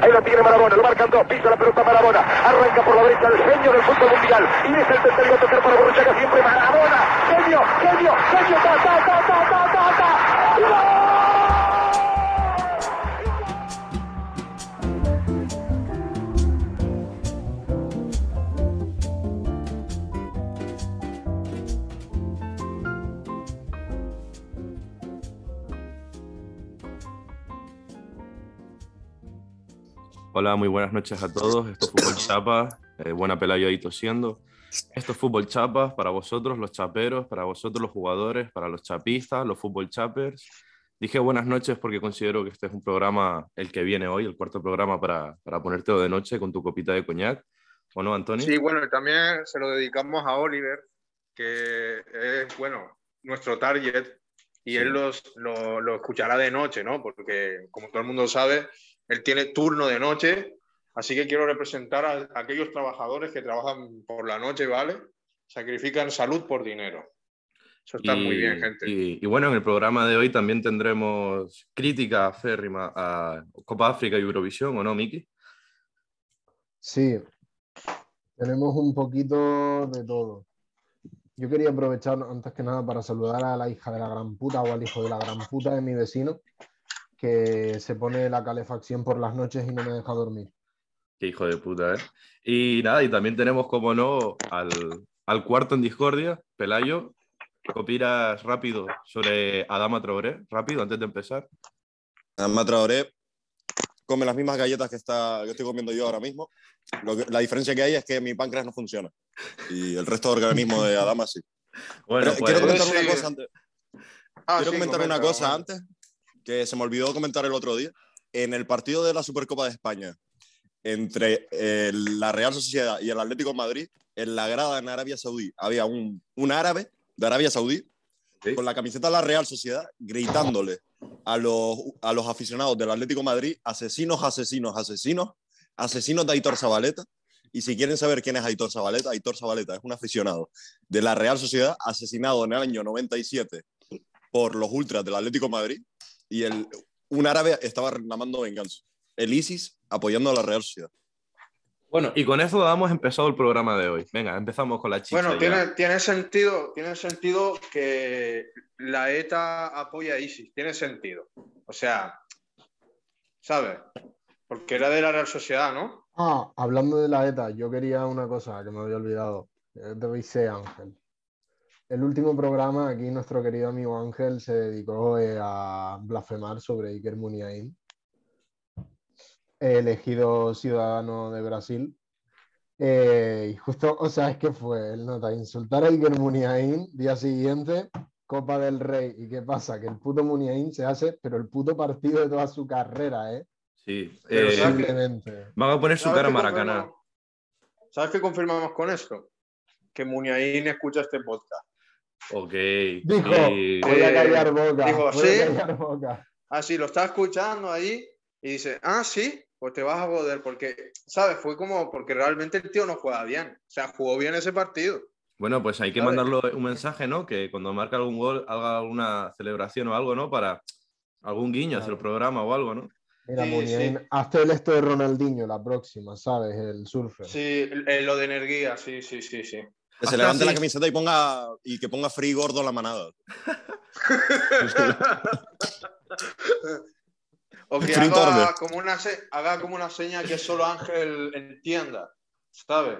Ahí la tiene Marabona, lo marcan dos, pisa la pelota Marabona. Arranca por la derecha el genio del fútbol mundial. Y es el tercero a tocar para Borruchaga siempre Marabona. Genio, genio, genio, ta, ta, ta, ta, ta, ta, ta. ¡Gol! Hola, muy buenas noches a todos. Esto es Fútbol Chapa. Eh, buena pelayo ahí tosiendo. Esto es Fútbol Chapas para vosotros, los chaperos, para vosotros, los jugadores, para los chapistas, los Fútbol Chapers. Dije buenas noches porque considero que este es un programa, el que viene hoy, el cuarto programa para, para ponértelo de noche con tu copita de coñac. ¿O no, Antonio? Sí, bueno, y también se lo dedicamos a Oliver, que es, bueno, nuestro target. Y Sí. él los, lo, lo escuchará de noche, ¿no? Porque, como todo el mundo sabe, él tiene turno de noche, así que quiero representar a aquellos trabajadores que trabajan por la noche, ¿vale? Sacrifican salud por dinero. Eso está muy bien, gente. Y, y bueno, en el programa de hoy también tendremos crítica férrima a Copa África y Eurovisión, ¿o no, Miki? Sí, tenemos un poquito de todo. Yo quería aprovechar antes que nada para saludar a la hija de la gran puta o al hijo de la gran puta de mi vecino, que se pone la calefacción por las noches y no me deja dormir. Qué hijo de puta, ¿eh? Y nada, y también tenemos, como no, al, al cuarto en discordia, Pelayo. Copiras rápido sobre Adama Traoré, rápido, antes de empezar. Adama Traoré come las mismas galletas que, está, que estoy comiendo yo ahora mismo. Lo que- la diferencia que hay es que mi páncreas no funciona. Y el resto del organismo de Adama sí. Bueno, Pero pues, quiero comentar Sí. una cosa antes. Ah, quiero sí, comentar comenta, una cosa vamos. antes que se me olvidó comentar el otro día. En el partido de la Supercopa de España entre eh, la Real Sociedad y el Atlético de Madrid, en la grada en Arabia Saudí había un, un árabe de Arabia Saudí Sí. con la camiseta de la Real Sociedad gritándole a los, a los aficionados del Atlético de Madrid, asesinos, asesinos, asesinos, asesinos de Aitor Zabaleta. Y si quieren saber quién es Aitor Zabaleta, Aitor Zabaleta es un aficionado de la Real Sociedad asesinado en el año 97 por los ultras del Atlético de Madrid y el, un árabe estaba reclamando venganza. El ISIS apoyando a la Real Sociedad. bueno, y con eso damos empezado el programa de hoy. Venga, empezamos con la chicha. Bueno, ya. tiene, tiene, sentido, tiene sentido que la ETA apoya a ISIS, tiene sentido. O sea, ¿sabes? Porque era de la Real Sociedad, ¿no? Ah, hablando de la ETA, yo quería una cosa que me había olvidado. Eh, Te avisé, Ángel. El último programa, aquí nuestro querido amigo Ángel se dedicó eh, a blasfemar sobre Iker Muniain, elegido ciudadano de Brasil. Eh, y justo, o sea, es que fue el nota insultar a Iker Muniain, día siguiente, Copa del Rey. ¿Y qué pasa? Que el puto Muniain se hace, pero el puto partido de toda su carrera, ¿eh? Sí, Pero, eh, ¿sabes? Simplemente. van a poner su ¿Sabes cara qué maracana. confirmamos? ¿Sabes qué confirmamos con esto? Que Muniain escucha este podcast. Ok. Dijo, y- voy a Eh, callar boca. dijo, voy a ¿sí? callar boca. Ah, sí, lo está escuchando ahí y dice, ah, sí, pues te vas a joder, porque, ¿sabes? Fue como porque realmente el tío no juega bien. O sea, jugó bien ese partido. Bueno, pues hay que ¿Sabes? mandarle un mensaje, ¿no? Que cuando marca algún gol haga alguna celebración o algo, ¿no? Para algún guiño hacia el Claro. programa o algo, ¿no? Mira, Sí, Muniain, sí. hazte el esto de Ronaldinho la próxima, ¿sabes? El surfer. Sí, eh, lo de energía, sí, sí, sí, sí. Que Hasta se levante así. la camiseta y ponga y que ponga free gordo en la manada. O que Free haga Turner. como, una se- haga como una seña que solo Ángel entienda, ¿sabes?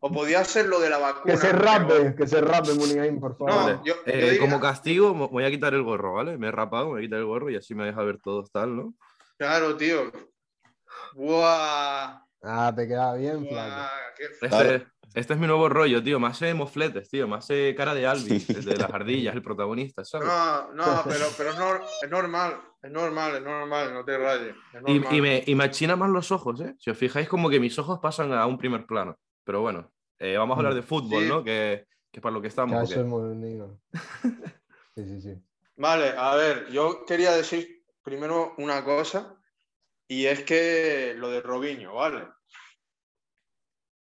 O podía ser lo de la vacuna. Que se rape, que se rape Muniain, por favor. No, yo- yo Eh, diría- como castigo mo- voy a quitar el gorro, ¿vale? Me he rapado, me voy a quitar el gorro y así me deja ver todo tal, ¿no? Claro, tío. Buah, Ah, te queda bien, flaco. buah, qué f- Este, Claro. este es mi nuevo rollo, tío. Me hace mofletes, tío. Me hace cara de Albi, de las ardillas, el protagonista, ¿sabes? No, no, pero, pero es nor- es normal, es normal, es normal, no te rayes. es Y, normal. y me, y me achina más los ojos, ¿eh? Si os fijáis, como que mis ojos pasan a un primer plano. Pero bueno, eh, vamos a hablar de fútbol, Mm. Sí. ¿no? Que, que es para lo que estamos. Ya, ¿o eso es qué? muy unido. Sí, sí, sí. Vale, a ver, yo quería decir primero una cosa, y es que lo de Robinho, ¿vale?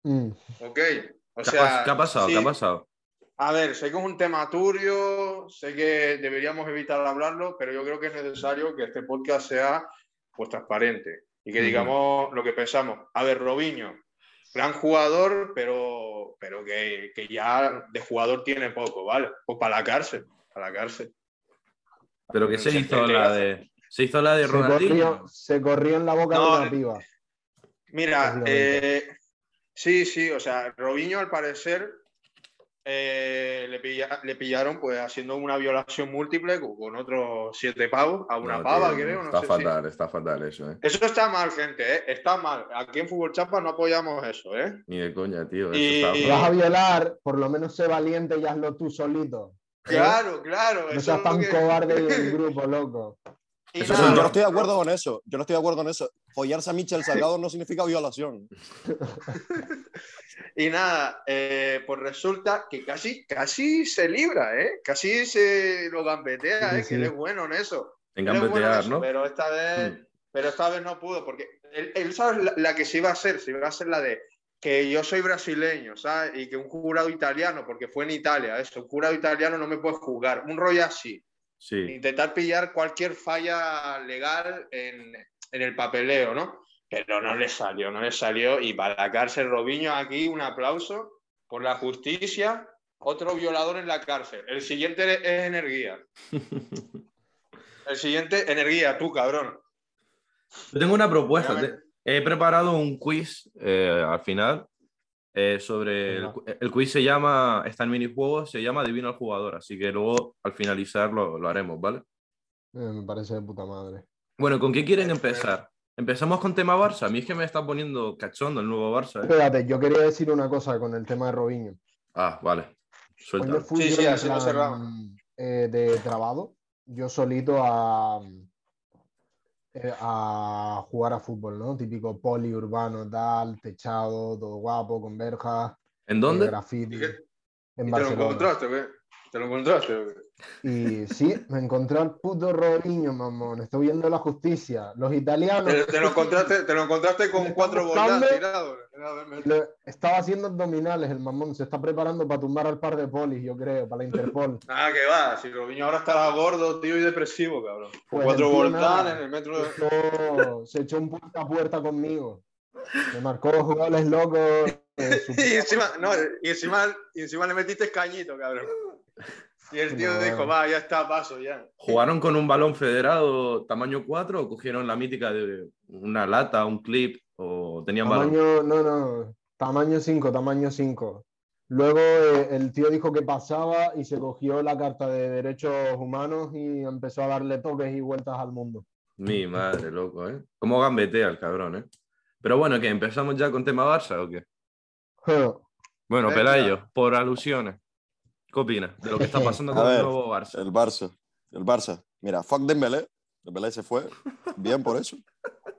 Mm, Ok. O ¿Qué ha sea, pas- ¿Qué ha pasado? ¿Qué ha sí, pasado? A ver, sé que es un tema turbio, sé que deberíamos evitar hablarlo, pero yo creo que es necesario que este podcast sea pues transparente. y que digamos lo que pensamos. A ver, Robinho, gran jugador, pero, pero que, que ya de jugador tiene poco, ¿vale? Pues para la cárcel, para la cárcel. Pero que se Sí, hizo sí, la sí. de. Se hizo la de Se corrió, Ronaldinho. se corrió en la boca No, de una eh, piba. Mira, Obviamente. eh, sí, sí, o sea, Robinho al parecer eh, le, pilla- le pillaron pues haciendo una violación múltiple con, con otros siete pavos, a una No, pava, tío, creo. no Está sé si- fatal, está fatal eso, ¿eh? Eso está mal, gente, ¿eh? está mal. Aquí en Fútbol Chapa no apoyamos eso, ¿eh? Ni de coña, tío. Eso Y- está eh, Vas a violar, por lo menos sé valiente y hazlo tú solito. ¿eh? Claro, claro. No eso seas es lo tan que- cobarde y del grupo, loco. y Eso sí, nada, yo no estoy de acuerdo con eso. Yo no estoy de acuerdo con eso. Follarse a Michel Salgado no significa violación. Y nada, eh, pues resulta que casi, casi se libra, ¿eh? Casi se lo gambetea, Sí, ¿eh? sí. Que él es bueno en eso. En Él es bueno en gambetear, eso, ¿no? Pero eh, esta vez, Mm. pero esta vez no pudo, porque él, él sabe la, la que se iba a hacer, se iba a hacer la de que yo soy brasileño, ¿sabes? Y que un jurado italiano, porque fue en Italia, eso, un jurado italiano no me puede juzgar, un rollo así. Sí. Intentar pillar cualquier falla legal en, en el papeleo, ¿no? Pero no le salió, no le salió. Y para la cárcel, Robinho, aquí un aplauso por la justicia. Otro violador en la cárcel. El siguiente es Energía. El siguiente, Energía, tú, cabrón. Yo tengo una propuesta. Obviamente. He preparado un quiz eh, al final eh, sobre. El, Venga. cu- el quiz se llama. Está en minijuegos, se llama Adivina al jugador. Así que luego al finalizar lo, lo haremos, ¿vale? Eh, me parece de puta madre. Bueno, ¿con qué quieren empezar? Empezamos con tema Barça. A mí es que me está poniendo cachondo el nuevo Barça. ¿eh? Espérate, yo quería decir una cosa con el tema de Robinho. Ah, vale. Hoy Suelta. me fui Sí, Pues yo sí, en así lo plan, cerramos. eh, de trabado, yo solito a, eh, a jugar a fútbol, ¿no? Típico poli urbano, tal, techado, todo guapo, con verjas, eh, ¿En dónde? graffiti, ¿Y qué? en ¿Y ¿Te lo Barcelona. encontraste o qué? ¿Te lo encontraste o qué? Y sí, me encontré al puto Robinho, mamón. Estoy viendo la justicia. Los italianos ¿Te, te lo encontraste, te lo encontraste con cuatro bolas buscando? tirados. Nada, me- lo- estaba haciendo abdominales, el mamón. Se está preparando para tumbar al par de polis, yo creo, para la Interpol. Nada que va, si Robinho ahora estará gordo, tío, y depresivo, cabrón. Con Pues cuatro encima- voltanes en el metro de... No, se echó un puerta a puerta conmigo. Me marcó dos goles locos. eh, su- Y encima, no, y encima, y encima le metiste cañito, cabrón. Y el tío No. dijo, va, ya está, paso, ya. ¿Jugaron con un balón federado tamaño 4 o cogieron la mítica de una lata, un clip o tenían balón? tamaño, no, no. Tamaño 5, tamaño 5. Luego eh, el tío dijo que pasaba y se cogió la carta de derechos humanos y empezó a darle toques y vueltas al mundo. Mi madre, loco, ¿eh? ¿Cómo gambetea el cabrón, eh? Pero bueno, ¿qué? ¿Empezamos ya con tema Barça o qué? Pero, Bueno, Venga. Pelayo, por alusiones, ¿qué opinas de lo que está pasando A con el ver. nuevo Barça? El Barça. El Barça. Mira, fuck Dembélé. Dembélé se fue. Bien por eso.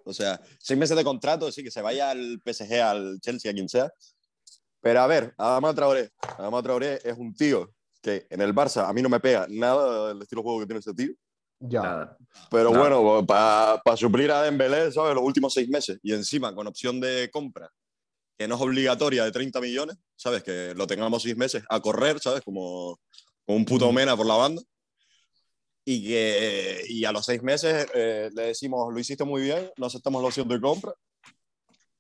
O sea, seis meses de contrato, sí, que se vaya al PSG, al Chelsea, a quien sea. Pero a ver, Adama Traoré. Adama Traoré es un tío que en el Barça a mí no me pega nada el estilo de juego que tiene ese tío. ya. Nada. Pero Nada. bueno, para suplir a Dembélé, ¿sabes? Los últimos seis meses. Y encima con opción de compra, que no es obligatoria, de 30 millones, ¿sabes? Que lo tengamos seis meses a correr, ¿sabes? Como, como un puto mena por la banda. Y que y a los seis meses eh, le decimos, lo hiciste muy bien, no aceptamos la opción de compra.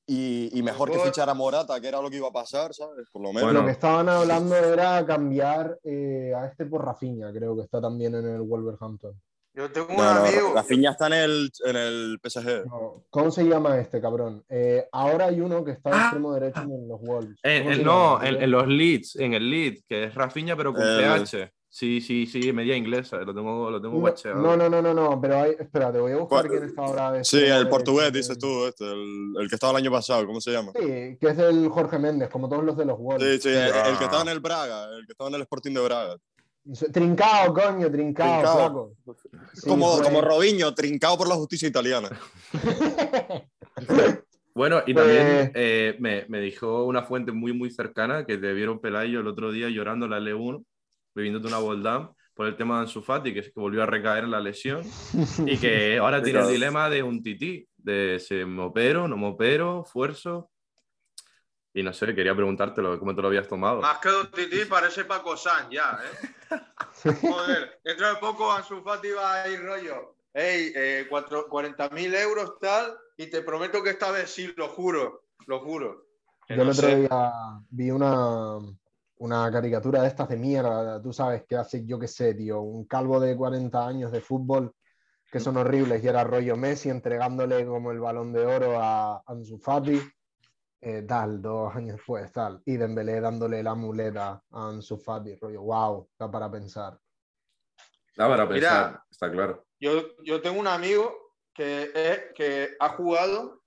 Y, y mejor que Mejor. fichar a Morata, que era lo que iba a pasar, ¿sabes? Por lo menos. Bueno. Lo que estaban hablando era cambiar eh, a este por Rafinha, creo que está también en el Wolverhampton. Yo tengo un No, no, amigo. Rafinha está en el, en el PSG. No, ¿Cómo se llama este cabrón? Eh, ahora hay uno que está de Ah. extremo derecho en los Wolves. En- Eh, ¿Cómo en- se Eh, no, llama? en, en los leads, en el lead, que es Rafinha, pero con Eh, PH. Sí, sí, sí, media inglesa, lo tengo, lo tengo guacheado. No, no, no, no, no, pero hay, espérate, voy a buscar ¿Cuál? quién está ahora de Sí, extremo el derecho. portugués, dices tú, este, el, el que estaba el año pasado, ¿cómo se llama? Sí, que es el Jorge Méndez, como todos los de los Wolves. Sí, ah. sí, el, el que estaba en el Braga, el que estaba en el Sporting de Braga. Trincao, coño, trincao, Trincao. flaco. Sí, como, fue- como Robinho, trincado por la justicia italiana. Bueno, y Pues- también eh, me, me dijo una fuente muy, muy cercana que te vieron Pelayo el otro día llorando la L1, bebiéndote una boldam por el tema de Ansu Fati, que, es que volvió a recaer en la lesión y que ahora tiene el Claro. dilema de un tití, de si me opero, no me opero, esfuerzo. Y no sé, quería preguntártelo, cómo te lo habías tomado. Ah, Más que Don Titi parece Paco San ya, ¿eh? Joder, dentro de poco Ansu Fati va a ir rollo. hey, eh, 40.000 euros tal, y te prometo que esta vez sí, lo juro, lo juro. Yo el otro día vi una, una caricatura de estas de mierda, tú sabes que hace, yo qué sé, tío, un calvo de 40 años de fútbol que son horribles y era rollo Messi entregándole como el balón de oro a Ansu Fati, eh, tal, dos años después, tal, y Dembélé dándole la muleta a Ansu Fati, rollo, wow, está para pensar. Está para pensar, Mira, está claro. Yo, yo tengo un amigo que, es, que ha jugado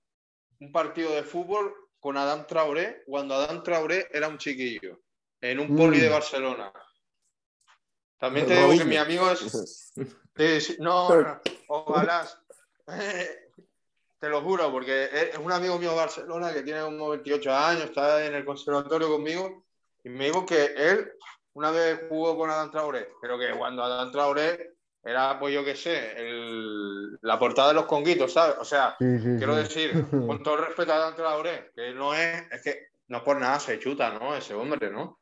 un partido de fútbol con Adán Traoré cuando Adán Traoré era un chiquillo en un poli mm. de Barcelona. También te digo que mi amigo es. Sí, no, no, ojalá. Te lo juro, porque es un amigo mío de Barcelona que tiene como 28 años, está en el conservatorio conmigo, y me dijo que él una vez jugó con Adán Traoré, pero que cuando Adán Traoré era, pues yo qué sé, el... la portada de los conguitos, ¿sabes? O sea, sí, sí, quiero decir, con todo el respeto a Adán Traoré, que no es, es que no por nada se chuta, ¿no? Ese hombre, ¿no?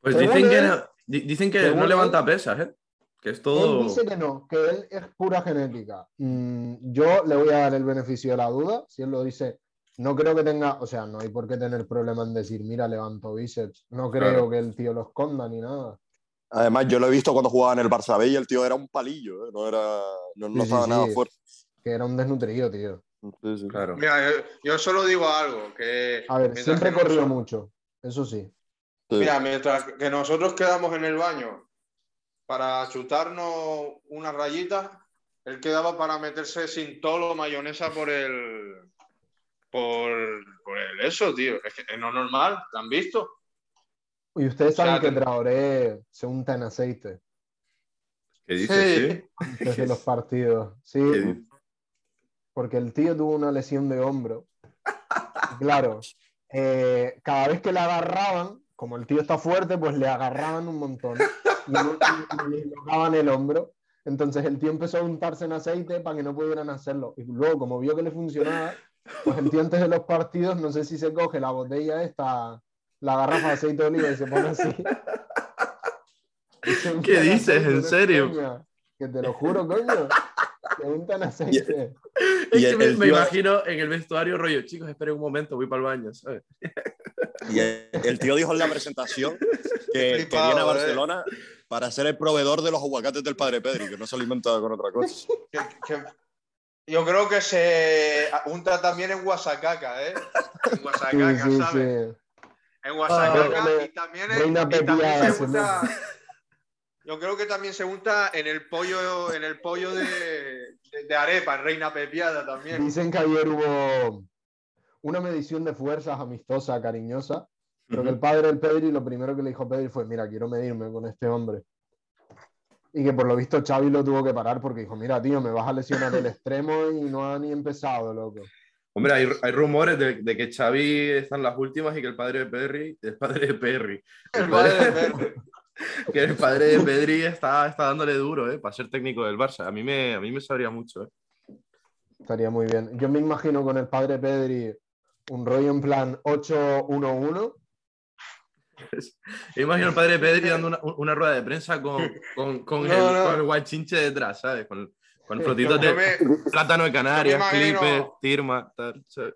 Pues dicen que, no, dicen que no levanta pesas, ¿eh? Que es todo. Él dice que no, que él es pura genética. Mm, yo le voy a dar el beneficio de la duda. Si él lo dice, no creo que tenga, o sea, no hay por qué tener problema en decir, mira, levanto bíceps. No creo claro. que el tío lo esconda ni nada. Además, yo lo he visto cuando jugaba en el Barça B y el tío era un palillo, ¿eh? no era, no, no sí, estaba sí, nada sí. fuerte. Que era un desnutrido, tío. Sí, sí, claro. Mira, yo, yo, solo digo algo, que... A ver, siempre corrió nosotros... mucho, eso sí. sí. Mira, mientras que nosotros quedamos en el baño para chutarnos unas rayitas, él quedaba para meterse sin tolo mayonesa por el... Por, por el eso, tío. Es que no es normal, ¿la han visto? Y ustedes saben o sea, que Traoré se unta en aceite. ¿Qué dices? Sí. Antes de los partidos. Sí porque el tío tuvo una lesión de hombro. Claro, eh, cada vez que le agarraban, como el tío está fuerte, pues le agarraban un montón y le, tocaban el hombro. Entonces el tío empezó a untarse en aceite para que no pudieran hacerlo. Y luego, como vio que le funcionaba, pues el tío antes de los partidos, no sé si se coge la botella esta, la garrafa de aceite de oliva y se pone así. Se ¿Qué dices? ¿En serio? Coña. Que te lo juro, coño. Preguntan aceite. Y, es que y me, tío... me, imagino en el vestuario rollo, chicos, esperen un momento, voy para el baño, ¿sabes? Y el, el, tío dijo en la presentación que, flipado, que viene a Barcelona eh. para ser el proveedor de los aguacates del padre Pedri, que no se alimenta con otra cosa. Que, que, yo creo que se junta también en Guasacaca, ¿eh? En Guasacaca, sí, sí, ¿sabes? Sí. En Guasacaca ah, y también, en, y también se junta... Yo creo que también se unta en el pollo, en el pollo de, de, de arepa, en Reina Pepiada también. Dicen que ayer hubo una medición de fuerzas amistosa, cariñosa, pero uh -huh. que el padre del Pedri lo primero que le dijo a Pedri fue, mira, quiero medirme con este hombre. Y que por lo visto Xavi lo tuvo que parar porque dijo, mira, tío, me vas a lesionar el extremo y no ha ni empezado, loco. Hombre, hay, hay rumores de, de, que Xavi está en las últimas y que el padre de Perry, el padre de Perry, el, el padre de Perry. que el padre de Pedri está, está dándole duro ¿eh? para ser técnico del Barça. A mí me, a mí me sabría mucho. ¿eh? Estaría muy bien. Yo me imagino con el padre Pedri un rollo en plan 8-1-1. Yo imagino al padre Pedri dando una, una rueda de prensa con, con, con, no, el, no. con, el, guachinche detrás, ¿sabes? Con, con flotitos de me... plátano de Canarias, imagino... Clipper, Tirma, tal, ¿sabes?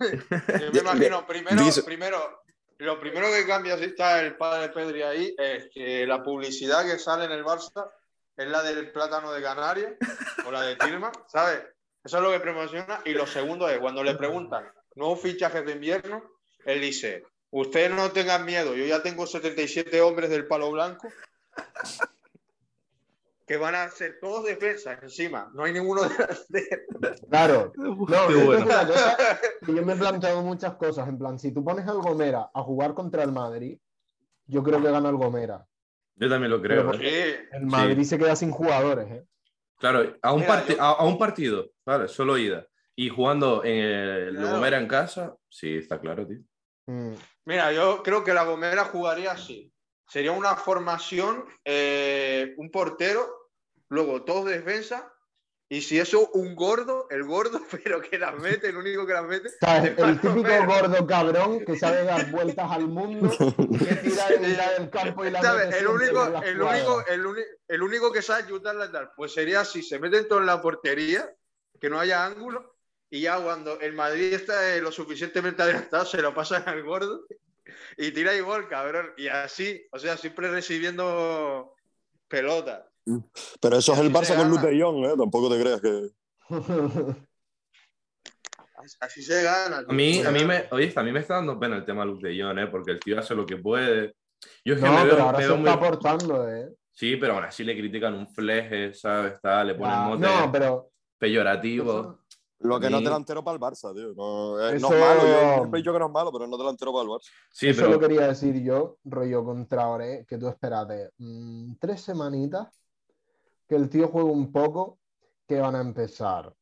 Yo me imagino, primero, primero, lo primero que cambia si está el padre Pedri ahí es que la publicidad que sale en el Barça es la del plátano de Canarias o la de Tilma, ¿sabes? Eso es lo que promociona. Y lo segundo es cuando le preguntan nuevos fichajes de invierno, él dice: Ustedes no tengan miedo, yo ya tengo 77 hombres del palo blanco que van a ser todos defensas encima, no hay ninguno de Claro, no, bueno. cosa, yo me he planteado muchas cosas, en plan, si tú pones al Gomera a jugar contra el Madrid, yo creo que gana el Gomera. Yo también lo creo. ¿eh? El Madrid sí. se queda sin jugadores. ¿eh? Claro, a un, Mira, yo... a, a un partido, vale, solo ida. Y jugando en el claro. Gomera en casa, sí, está claro, tío. Mm. Mira, yo creo que la Gomera jugaría así. Sería una formación, eh, un portero, luego dos defensas Y si eso, un gordo, el gordo, pero que las mete, el único que las mete. ¿Sabes? El típico gordo cabrón que sabe dar vueltas al mundo, que tira el, la del campo y Pues la ¿Sabes? mete El siempre único, en las el, cuadras. único, el, uni- el único que sabe ayudarla a tal, pues sería si se meten todos en la portería, que no haya ángulo, y ya cuando el Madrid está eh, lo suficientemente adelantado, se lo pasan al gordo y tira igual, cabrón. Y así, o sea, siempre recibiendo pelota. Pero eso es el Así se Barça gana. con Luke de Jong, ¿eh? Tampoco te creas que. Así se gana. A mí, a mí me, oye, a mí me está dando pena el tema Luke de Jong, ¿eh? porque el tío hace lo que puede. Yo es que No, me veo, pero ahora me se veo muy- está aportando, ¿eh? Sí, pero aún así le critican un fleje, ¿sabes? Tal, le ponen Ah, motes no, pero. peyorativo. Lo que no es Sí. delantero para el Barça, tío. No, eh, no Eso- es malo. Yo siempre he dicho que no es malo, pero no es delantero para el Barça. Sí, Eso pero lo quería decir yo, rollo contra Traoré, que tú espérate mm, tres semanitas, que el tío juegue un poco, que van a empezar.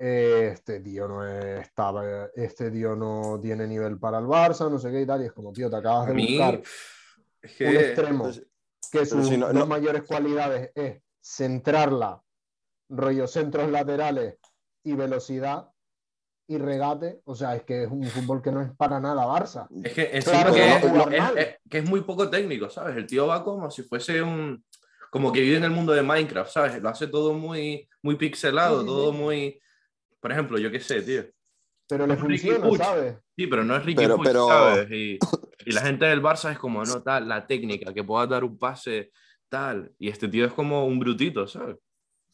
eh, este tío no estaba, este tío no tiene nivel para el Barça, no sé qué y tal, y es como, tío, te acabas a de mí. buscar Es un que. extremo Entonces, que sus si no- dos no- mayores cualidades es centrarla, rollo centros laterales y velocidad y regate, o sea, es que es un fútbol que no es para nada Barça. Es que es, Claro que, que es, no, es- normal. es- que es muy poco técnico, ¿sabes? El tío va como si fuese un. Como que vive en el mundo de Minecraft, ¿sabes? Lo hace todo muy, muy pixelado, Sí, sí, todo sí. muy. Por ejemplo, yo qué sé, tío. Pero le Ricky funciona, Puig. ¿sabes? Sí, pero no es Ricky Pero- Puig, pero- ¿sabes? Y, y la gente del Barça es como, no, tal, la técnica, que pueda dar un pase, tal. Y este tío es como un brutito, ¿sabes?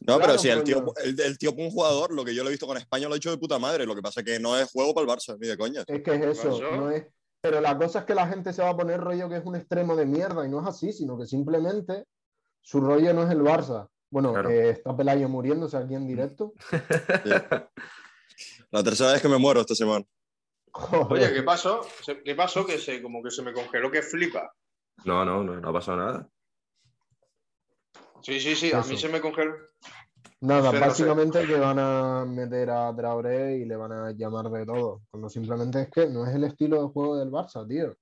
No, Claro, pero sí, el tío, coño. el, el tío es un jugador, lo que yo lo he visto con España lo ha hecho de puta madre. Lo que pasa es que no es juego para el Barça, ni de coña. Es que es eso, pasó? no es. Pero la cosa es que la gente se va a poner rollo que es un extremo de mierda y no es así, sino que simplemente su rollo no es el Barça. Bueno, Claro. eh, está Pelayo muriéndose aquí en directo. La tercera vez que me muero esta semana. Oye, Joder. ¿qué pasó? Se- ¿Qué pasó? Que se, como que se me congeló, que flipa. No, no, no, no ha pasado nada. Sí, sí, sí, a mí Eso. se me congeló. Nada, Pero no sé. básicamente que van a meter a Traoré y le van a llamar de todo. Cuando simplemente es que no es el estilo de juego del Barça, tío.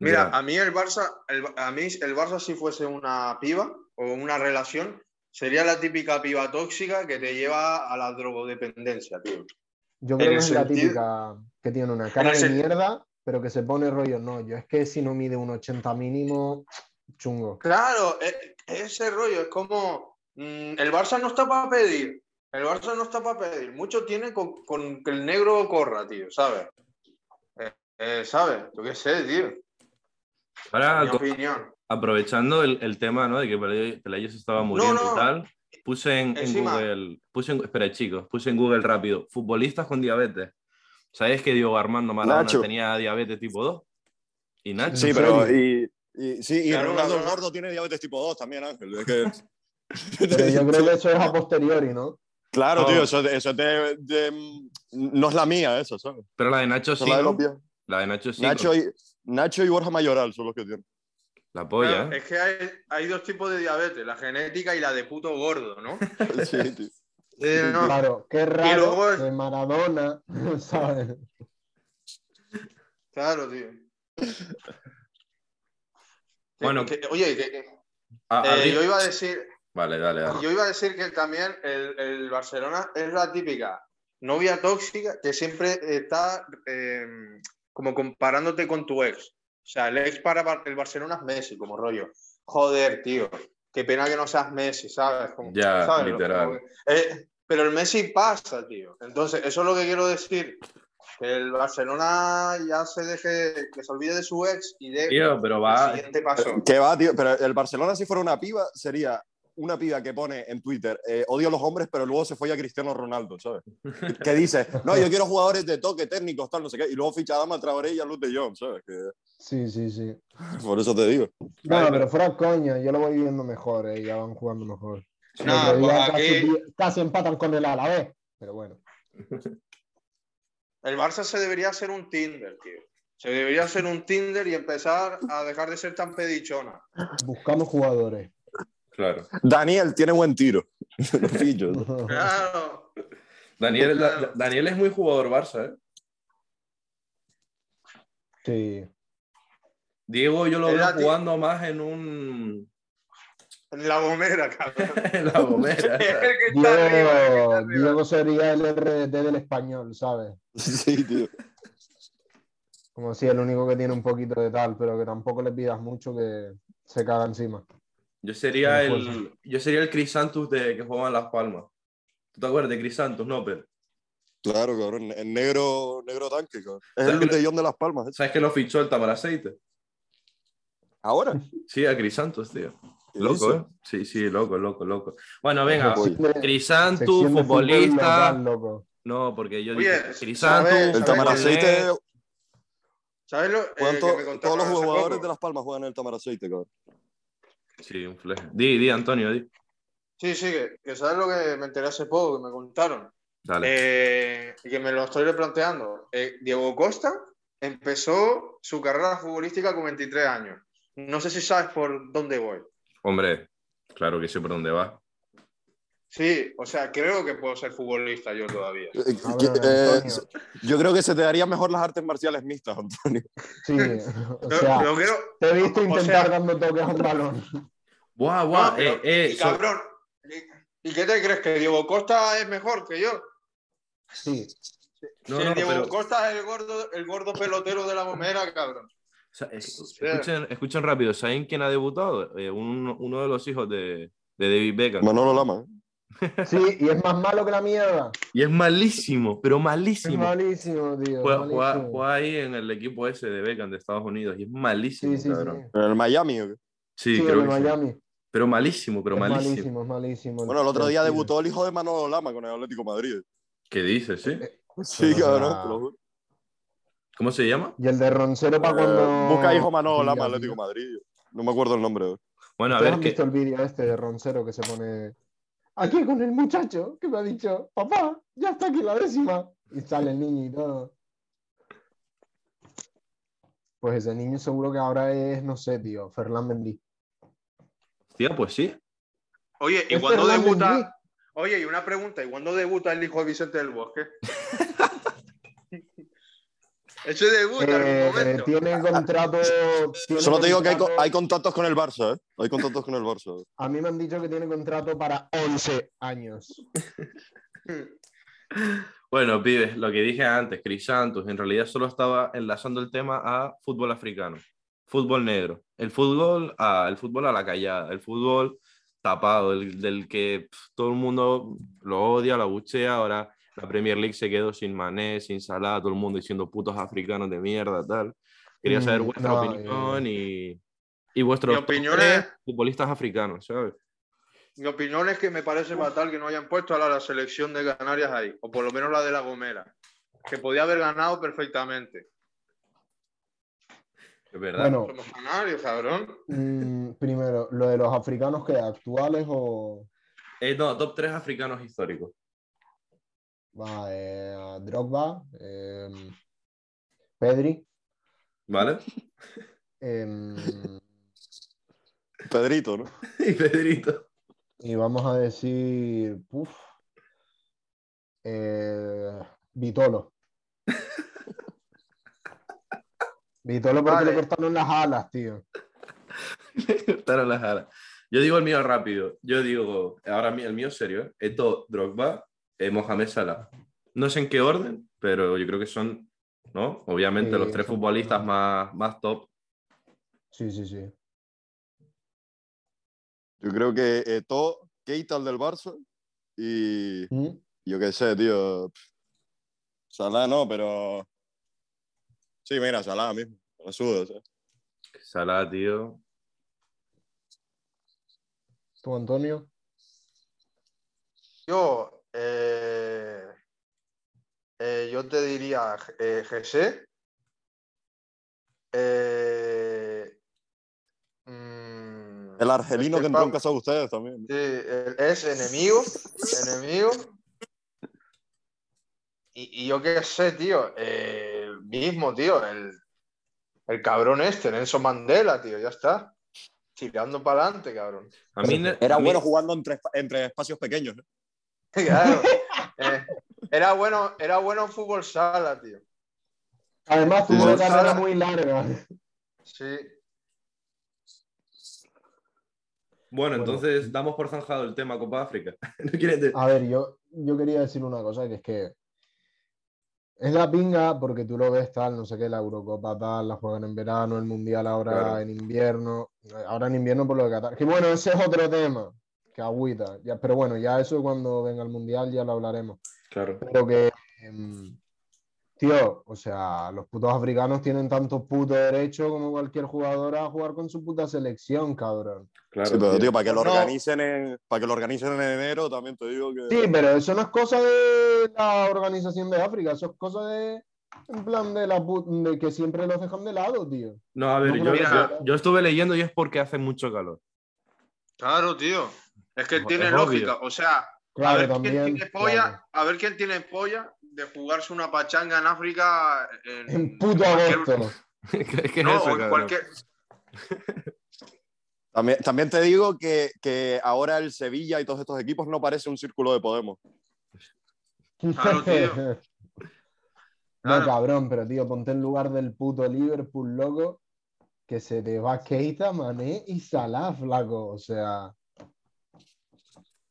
Mira, Ya. a mí el Barça, el, a mí el Barça si fuese una piba o una relación, sería la típica piba tóxica que te lleva a la drogodependencia, tío. Yo En creo el que es la sentido- típica que tiene una cara el de sen- mierda, pero que se pone rollo. No, yo es que si no mide un 80 mínimo, chungo. Claro, e- ese rollo es como mm, el Barça no está para pedir, el Barça no está para pedir, mucho tiene con, con que el negro corra, tío, ¿sabes? Eh, eh, ¿Sabes? Yo qué sé, tío. Ahora, Mi Ah, co- opinión. aprovechando el, el tema, ¿no? De que Pelayo, Pelayo se estaba muriendo no. y tal, puse en, en Encima. Google, puse en- espera chicos, puse en Google rápido, futbolistas con diabetes. ¿Sabéis que Diego Armando Maradona Nacho. tenía diabetes tipo 2? Y Nacho. Sí, ¿En pero. serio? Y, y- sí, y Claro, Ronaldo claro. Gordo tiene diabetes tipo 2 también, Ángel. Es que... Pero yo creo que eso es a posteriori, ¿no? Claro, No. tío, eso, eso es de, de- No es la mía, eso, ¿sabes? Pero la de Nacho Eso sí. es la de ¿no? los viejos. La de Nacho sí. Nacho, y, Nacho y Borja Mayoral son los que tienen. La polla. Claro, ¿eh? es que hay, hay dos tipos de diabetes, la genética y la de puto gordo, ¿no? Sí, tío. Eh, no. Claro, qué Y raro luego es- que Maradona, ¿sabes? Claro, tío. Bueno. Que- que- oye, que- que- Ah, eh, abrí- yo iba a decir, Vale, dale, dale. yo iba a decir que también el, el Barcelona es la típica novia tóxica que siempre está eh, como comparándote con tu ex. O sea, el ex para Bar- el Barcelona es Messi, como rollo. Joder, tío. Qué pena que no seas Messi, ¿sabes? Como- Ya, ¿sabes? literal. Como que- eh, pero el Messi pasa, tío. Entonces, eso es lo que quiero decir. Que el Barcelona ya se deje, que se olvide de su ex y de Tío, pero el va. siguiente paso. ¿Qué Eh, va, tío? Pero el Barcelona, si fuera una piba, sería una piba que pone en Twitter, eh, odio a los hombres, pero luego se fue a Cristiano Ronaldo, ¿sabes? Que dice, no, yo quiero jugadores de toque, técnicos, tal, no sé qué, y luego ficha a Dama Traoré y a Luz de Jong, ¿sabes? Que- Sí, sí, sí. por eso te digo. No, pero fuera coña, yo lo voy viendo mejor, eh, ya van jugando mejor. El No, otro día pues casi, aquí- casi empatan con el Alavés, pero bueno. El Barça se debería hacer un Tinder, tío. Se debería hacer un Tinder y empezar a dejar de ser tan pedichona. Buscamos jugadores. Claro. Daniel tiene buen tiro. Lo pillo. Claro. Daniel, da- Daniel es muy jugador Barça, ¿eh? Sí. Diego yo lo veo Era, tío. jugando más en un La Gomera, cabrón. La gomera. Es el que está arriba, el que está Diego, arriba. Diego sería el RDT del español, ¿sabes? Sí, tío. Como si el único que tiene un poquito de tal, pero que tampoco le pidas mucho que se caga encima. Yo sería Me el, acuerdo. yo sería el Chris Santos de que jugaba en Las Palmas. ¿Tú te acuerdas de Chris Santos, no, pero Claro, cabrón. El negro, negro tanque, cabrón. Es ¿Sabes el que no- botellón de las palmas. ¿eh? ¿Sabes que lo fichó el Tamaraceite? Ahora. Sí, a Chris Santos, tío. ¿Qué Loco, dices? ¿eh? Sí, sí, loco, loco, loco. Bueno, venga, Oye, Chris Sección Santos, de fútbol futbolista. local, loco. No, porque yo Oye, dije Chris ¿sabes- Santos. El ¿sabes cuál es? Tamaraceite, ¿Sabes lo eh, juegan que to- me contaron todos los hace jugadores poco? de Las Palmas juegan en el Tamaraceite, cabrón. Sí, un fleje. Di, di, Antonio, di. Sí, sí, que, que sabes lo que me enteré hace poco, que me contaron. Dale. Eh, y que me lo estoy replanteando. Eh, Diego Costa empezó su carrera futbolística con 23 años. No sé si sabes por dónde voy. Hombre, claro que sé por dónde va. Sí, o sea, creo que puedo ser futbolista yo todavía. Eh, Ahora, que- eh, Antonio. se- yo creo que se te darían mejor las artes marciales mixtas, Antonio. Sí, o Lo- sea, lo creo- te he visto o intentar sea- dando toques a un balón. Guau, no, guau, Ah, pero- eh, eh, y so- cabrón. ¿Y y qué te crees? ¿Que Diego Costa es mejor que yo? Sí, No, Si el no, Diego pero- Costa es el gordo, el gordo pelotero de la gomera, cabrón. so- es- escuchen, escuchen rápido, ¿saben quién ha debutado? Eh, un- uno de los hijos de, de David Beckham. Manolo Lama. ¿eh? sí, y es más malo que la mierda. Y es malísimo, pero Es malísimo. malísimo, tío. Juega, malísimo. juega- juega ahí en el equipo ese de Beckham de Estados Unidos y es malísimo, sí, sí, sí. cabrón. En el Miami. ¿o qué? Sí, Sí, el creo de que sí. Miami. Pero malísimo, pero es malísimo. malísimo, es malísimo. Bueno, el otro día Sí. debutó el hijo de Manolo Lama con el Atlético de Madrid. ¿Qué dices, sí? Sí, Pero, cabrón, ah, te lo juro. ¿Cómo se llama? Y el de Roncero para Ah, Eh, cuando. busca hijo Manolo Lama, Mira, Atlético de Madrid. No me acuerdo el nombre. ¿eh? Bueno, a ¿Ustedes ver, han que- visto el vídeo este de Roncero que se pone aquí con el muchacho que me ha dicho, papá, ya está aquí la décima? Y sale el niño y todo. Pues ese niño seguro que ahora es, no sé, tío, Fernán Mendy. Hostia, pues sí. Oye, ¿y ¿Es cuándo Fernán debuta? Mendy? Oye, y una pregunta, ¿y cuándo debuta el hijo de Vicente del Bosque? Ese debuta en algún Eh, momento. tiene contrato. tiene Solo te digo que hay, co- contrato- hay contactos con el Barça. ¿eh? Hay contactos con el Barça. ¿eh? A mí me han dicho que tiene contrato para 11 años. Bueno, pibes, lo que dije antes, Chris Santos, en realidad solo estaba enlazando el tema a fútbol africano, fútbol negro, el fútbol a, el fútbol a la callada, el fútbol tapado, el, del que pf, todo el mundo lo odia, lo abuchea, ahora la Premier League se quedó sin Mané, sin Salah, todo el mundo diciendo putos africanos de mierda, tal. Quería saber Mm, vuestra no, eh. opinión y, y vuestros Mi opinión es- futbolistas africanos, ¿sabes? Mi opinión es que me parece fatal que no hayan puesto a la, la selección de Canarias ahí, o por lo menos la de La Gomera, que podía haber ganado perfectamente. Es verdad. Bueno, Somos canarios, cabrón. mm, primero, lo de los africanos que actuales o. Eh, no, top 3 africanos históricos. Va, eh, a Drogba, em, Pedri, ¿Vale? em, Pedrito, ¿no? Y Pedrito. y vamos a decir, puf, eh, Vitolo. Vitolo porque Vale. le cortaron las alas, tío. Le cortaron las alas. Yo digo el mío rápido. Yo digo, ahora mi- el mío serio, ¿eh? Eto, Drogba, eh, Mohamed Salah. No sé en qué orden, pero yo creo que son, ¿no? Obviamente Sí, los tres son- futbolistas más, más top. Sí, sí, sí. Yo creo que Eto, Keita, el del Barça. Y ¿Mm? yo qué sé, tío. pf, Salah no, pero. Sí, mira, Salah mismo. La suda, ¿sabes? Salah, tío. ¿Tú, Antonio? Yo, eh, eh, yo te diría eh, Jesse, eh, mm, El argelino Es que que entró en Pablo- casa de ustedes también. Sí, él es enemigo, enemigo. Y, y yo qué sé, tío, eh, mismo, tío, el, el cabrón este, Nelson Mandela, tío, ya está. Tirando para adelante, cabrón. A mí, Era a mí- bueno jugando entre, entre espacios pequeños. ¿eh? Claro. Eh, era bueno, era bueno en fútbol sala, tío. Además, tuvo Sí, una sí. carrera muy larga. Sí. Bueno, entonces damos por zanjado el tema Copa África. ¿No quieres de- A ver, yo, yo quería decir una cosa, que es que es la pinga porque tú lo ves tal, no sé qué, la Eurocopa tal, la juegan en verano, el Mundial ahora Claro. en invierno, ahora en invierno por lo de Qatar. Que bueno, ese es otro tema, que agüita. Ya, pero bueno, ya eso cuando venga el Mundial ya lo hablaremos. Claro. Pero que, em, tío, o sea, los putos africanos tienen tantos putos derechos como cualquier jugador a jugar con su puta selección, cabrón. Claro, Sí, pero tío. tío, para que lo No. organicen en, para que lo organicen en enero, también te digo que. Sí, pero eso no es cosa de la organización de África, eso es cosa de. En plan de, la pu- de que siempre los dejan de lado, tío. No, a ver, No, yo, mira. yo- yo estuve leyendo y es porque hace mucho calor. Claro, tío. Es que Es tiene obvio. lógica. O sea, a Claro, ver también. quién tiene polla, claro. a ver quién tiene polla de jugarse una pachanga en África en, En puto cualquier- agosto. ¿Qué, qué es No, eso, o en cabrón? cualquier. También, también te digo que, que ahora el Sevilla y todos estos equipos no parece un círculo de Podemos. Claro, tío. No, Claro. cabrón, pero tío, ponte en lugar del puto Liverpool, loco, que se te va Keita, Mané y Salah, flaco. O sea,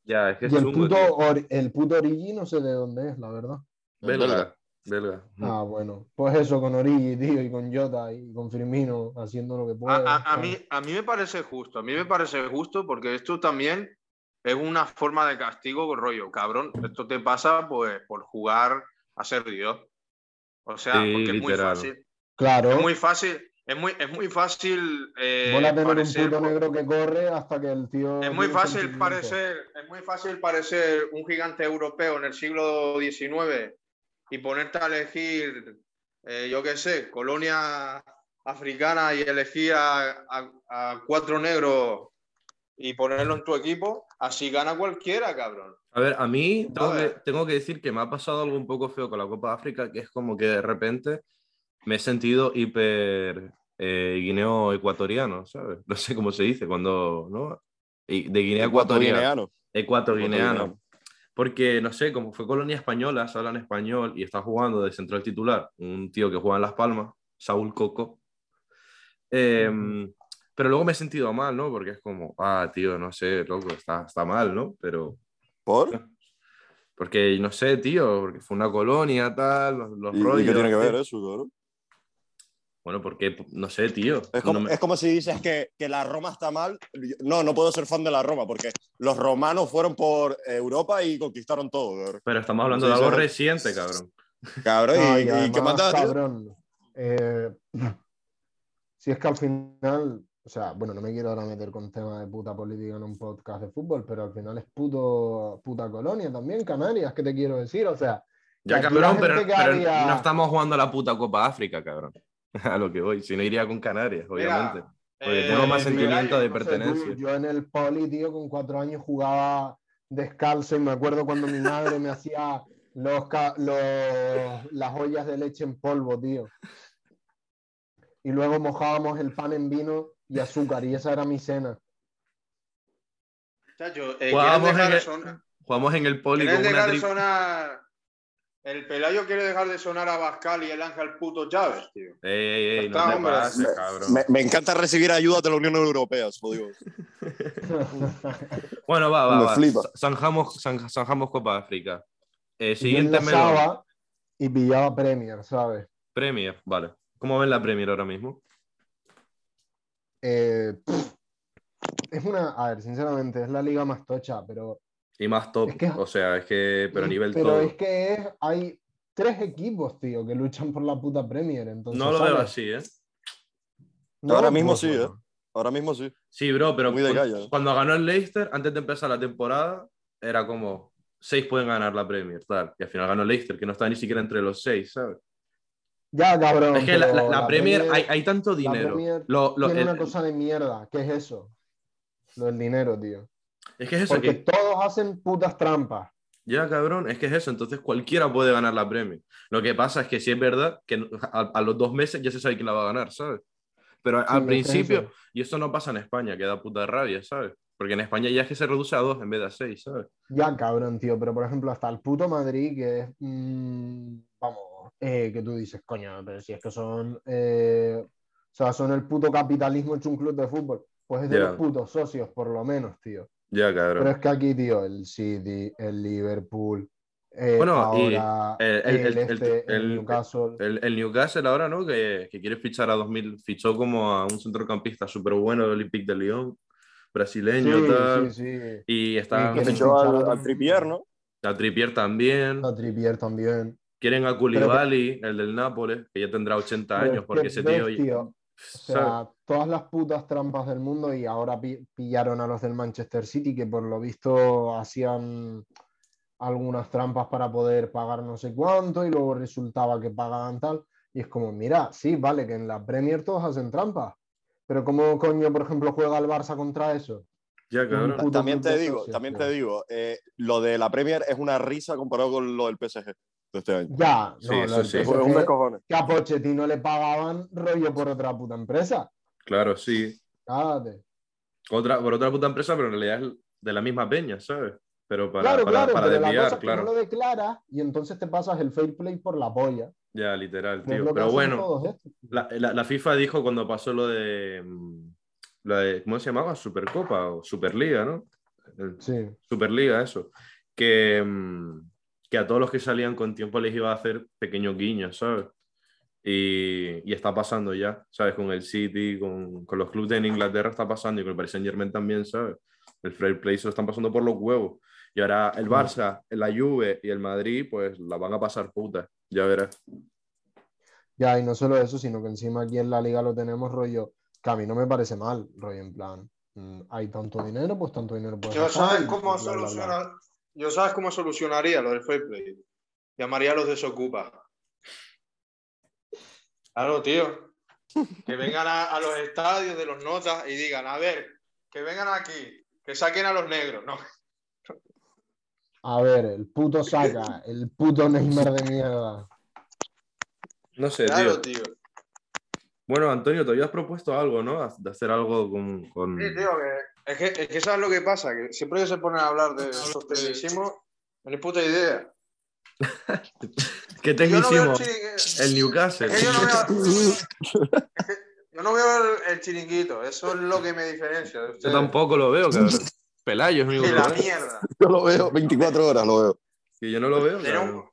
Ya, es que es y el chungo, puto, tío. Or- el puto Origi no sé de dónde es, la verdad. Belga. Belga. Mm. Ah, bueno, pues eso con Origi, tío, y con Jota y con Firmino haciendo lo que A, puede. a- a mí, a mí me parece justo, a mí me parece justo porque esto también es una forma de castigo, rollo, cabrón, esto te pasa pues por jugar a ser Dios. O sea, Sí, porque es muy literal. fácil. Claro, Es muy fácil, es muy, es muy fácil eh, mola tener parecer- un puto negro que corre hasta que el tío. Es muy tiene fácil sentimiento. parecer, es muy fácil parecer un gigante europeo en el siglo XIX y ponerte a elegir, eh, yo qué sé, colonia africana y elegir a, a- a cuatro negros y ponerlo en tu equipo, así gana cualquiera, cabrón. A ver, a mí tengo que, Joder. tengo que decir que me ha pasado algo un poco feo con la Copa de África, que es como que de repente me he sentido hiper eh, guineo ecuatoriano, ¿sabes? No sé cómo se dice cuando, ¿no? Y- De Guinea ecuatoriana. Ecuatoriano. Ecuatoriano. Porque, no sé, como fue colonia española, se habla en español y está jugando de central titular un tío que juega en Las Palmas, Saúl Coco. Eh, Pero luego me he sentido mal, ¿no? Porque es como, ah, tío, no sé, loco, está, está mal, ¿no? Pero ¿Por? porque, no sé, tío, porque fue una colonia, tal, los, los ¿Y, y rollos. qué tiene que ver tío. eso, cabrón? Bueno, porque, no sé, tío. Es como, no me- es como si dices que, que la Roma está mal. No, no puedo ser fan de la Roma porque los romanos fueron por Europa y conquistaron todo, cabrón. Pero estamos hablando Sí, de algo sí. reciente, cabrón. Cabrón, No, y, y, qué además, mandaba, tío? cabrón, eh, si es que al final, o sea, bueno, no me quiero ahora meter con tema de puta política en un podcast de fútbol, pero al final es puto, puta colonia también, Canarias, ¿qué te quiero decir? O sea, Ya, Aquí la cabrón, pero, gente que pero había- no estamos jugando a la puta Copa África, cabrón. A lo que voy, si no iría con Canarias, obviamente. Porque Eh, tengo más sentimiento de no sé, tú, pertenencia. yo en el poli, tío, con cuatro años jugaba descalzo y me acuerdo cuando mi madre me hacía los, ca- los- las ollas de leche en polvo, tío. Y luego mojábamos el pan en vino y azúcar y esa era mi cena. Chacho, eh, ¿quieren Jugamos dejar en de el- sonar? Jugamos en el poli con ¿Quieren una dejar de tri- sonar? El Pelayo quiere dejar de sonar a Bascal y el Ángel puto Chávez, tío. Ey, ey, ey, no Está, te hombre. pases, cabrón. Me, me encanta recibir ayuda de la Unión Europea, se lo digo. Bueno, va, va, Me va. flipa. Zanjamos, zan- zanjamos Copa África. Eh, Y yo siguiente melón. enlazaba y pillaba Premier, ¿sabes? Premier, vale. ¿Cómo ven la Premier ahora mismo? Eh, pff, es una, a ver, sinceramente, es la liga más tocha, pero Y más top, Es que- o sea, es que, pero a Y- nivel pero todo. es que es- hay tres equipos, tío, que luchan por la puta Premier. Entonces, No lo veo ¿sabes? así, ¿eh? No, Ahora mismo pues, sí, ¿eh? bueno. Ahora mismo sí. Sí, bro, pero Muy de cu- calle, ¿eh? cuando ganó el Leicester, antes de empezar la temporada, era como, seis pueden ganar la Premier, tal. Y al final ganó el Leicester, que no está ni siquiera entre los seis, ¿sabes? Ya, cabrón. es que la, la- pero la Premier, hay, hay tanto la dinero. Premier Lo- eh, lo- tiene el- una cosa de mierda. ¿Qué es eso? Lo del dinero, tío. Es que es eso, Porque que, todos hacen putas trampas. Ya, cabrón, es que es eso. Entonces cualquiera puede ganar la Premier. Lo que pasa es que si es verdad que a, a los dos meses ya se sabe quién la va a ganar, ¿sabes? Pero a- Sí, es al que principio, eso. y eso no pasa en España, que da puta rabia, ¿sabes? Porque en España ya es que se reduce a dos en vez de a seis, ¿sabes? Ya, cabrón, tío. Pero, por ejemplo, hasta el puto Madrid, que es. mm, vamos, eh, que tú dices, coño, pero si es que son. eh, o sea, son el puto capitalismo hecho un club de fútbol. Pues es de los putos socios, por lo menos, tío. Ya, cabrón. Pero es que aquí, tío, el City, el Liverpool, eh, Bueno, y ahora el- el- el, el- este, el el- Newcastle. El, el Newcastle ahora, ¿no? Que, que quiere fichar a 2000, fichó como a un centrocampista súper bueno del Olympique de Lyon, brasileño, Sí, tal. sí, sí. Y está Y que Fichó al, Ficharon- al Trippier, ¿no? a Trippier también. A Trippier también. Quieren a Koulibaly, el del Nápoles, que ya tendrá 80 Pero años, es porque que ese ves, tío. ya- tío, o sea, ¿sabes? todas las putas trampas del mundo y ahora pi- pillaron a los del Manchester City que por lo visto hacían algunas trampas para poder pagar no sé cuánto y luego resultaba que pagaban tal. Y es como, mira, sí, vale, que en la Premier todos hacen trampas. Pero ¿cómo coño, por ejemplo, juega el Barça contra eso? Ya, cabrón. puto También te club de digo, socios, también tío. te digo, eh, lo de la Premier es una risa comparado con lo del PSG de este año. Ya, Sí, no, lo eso del sí. Es PSG, un descojone. que a Pochettino le pagaban rollo por otra puta empresa. Claro, sí. Cállate. Otra, por otra puta empresa, pero en realidad es de la misma peña, ¿sabes? Pero para, claro, para, claro, para pero la desviar, cosa es que claro. no lo declaras y entonces te pasas el fair play por la polla. Ya, literal, que es tío. lo que Pero hacen bueno. todos ¿eh? estos. La, la- la FIFA dijo cuando pasó lo de, mm, la de- ¿Cómo se llamaba? Supercopa o Superliga, ¿no? El- Sí, Superliga, eso. Que, mm, que a todos los que salían con tiempo les iba a hacer pequeños guiños, ¿sabes? Y, y está pasando ya, ¿sabes? Con el City, con, con los clubes en Inglaterra está pasando y con el Paris Saint Germain también, ¿sabes? El Fair Play se lo están pasando por los huevos. Y ahora el Barça, la Juve y el Madrid, pues la van a pasar puta, ya verás. ya, y no solo eso, sino que encima aquí en la liga lo tenemos rollo, que a mí no me parece mal, rollo en plan, mm, hay tanto dinero, pues tanto dinero puedes Yo gastar sabes y cómo bla, bla, bla. solucionar. Yo sabes cómo solucionaría lo del fair play. Llamaría a los desocupas. Claro, tío. Que vengan a, a los estadios de los notas y digan, a ver, que vengan aquí, que saquen a los negros. No, A ver, el puto saca, el puto Neymar de mierda. No sé, tío. claro, tío. Bueno, Antonio, te habías propuesto algo, ¿no? Ha- De hacer algo con. con- Sí, tío, que- es, que, es que sabes lo que pasa, que siempre que se ponen a hablar de los tecnicismos, no hay puta idea. ¿Qué Yo no veo tecnicismo? el chiringuito. El Newcastle. Es que yo no veo. es que yo no veo el, el chiringuito, eso es lo que me diferencia. de Yo ustedes. tampoco lo veo, cabrón. Pelayo es mi Y la mierda. Yo lo veo, 24 horas lo veo. Que yo no lo veo, Pero- cabrón.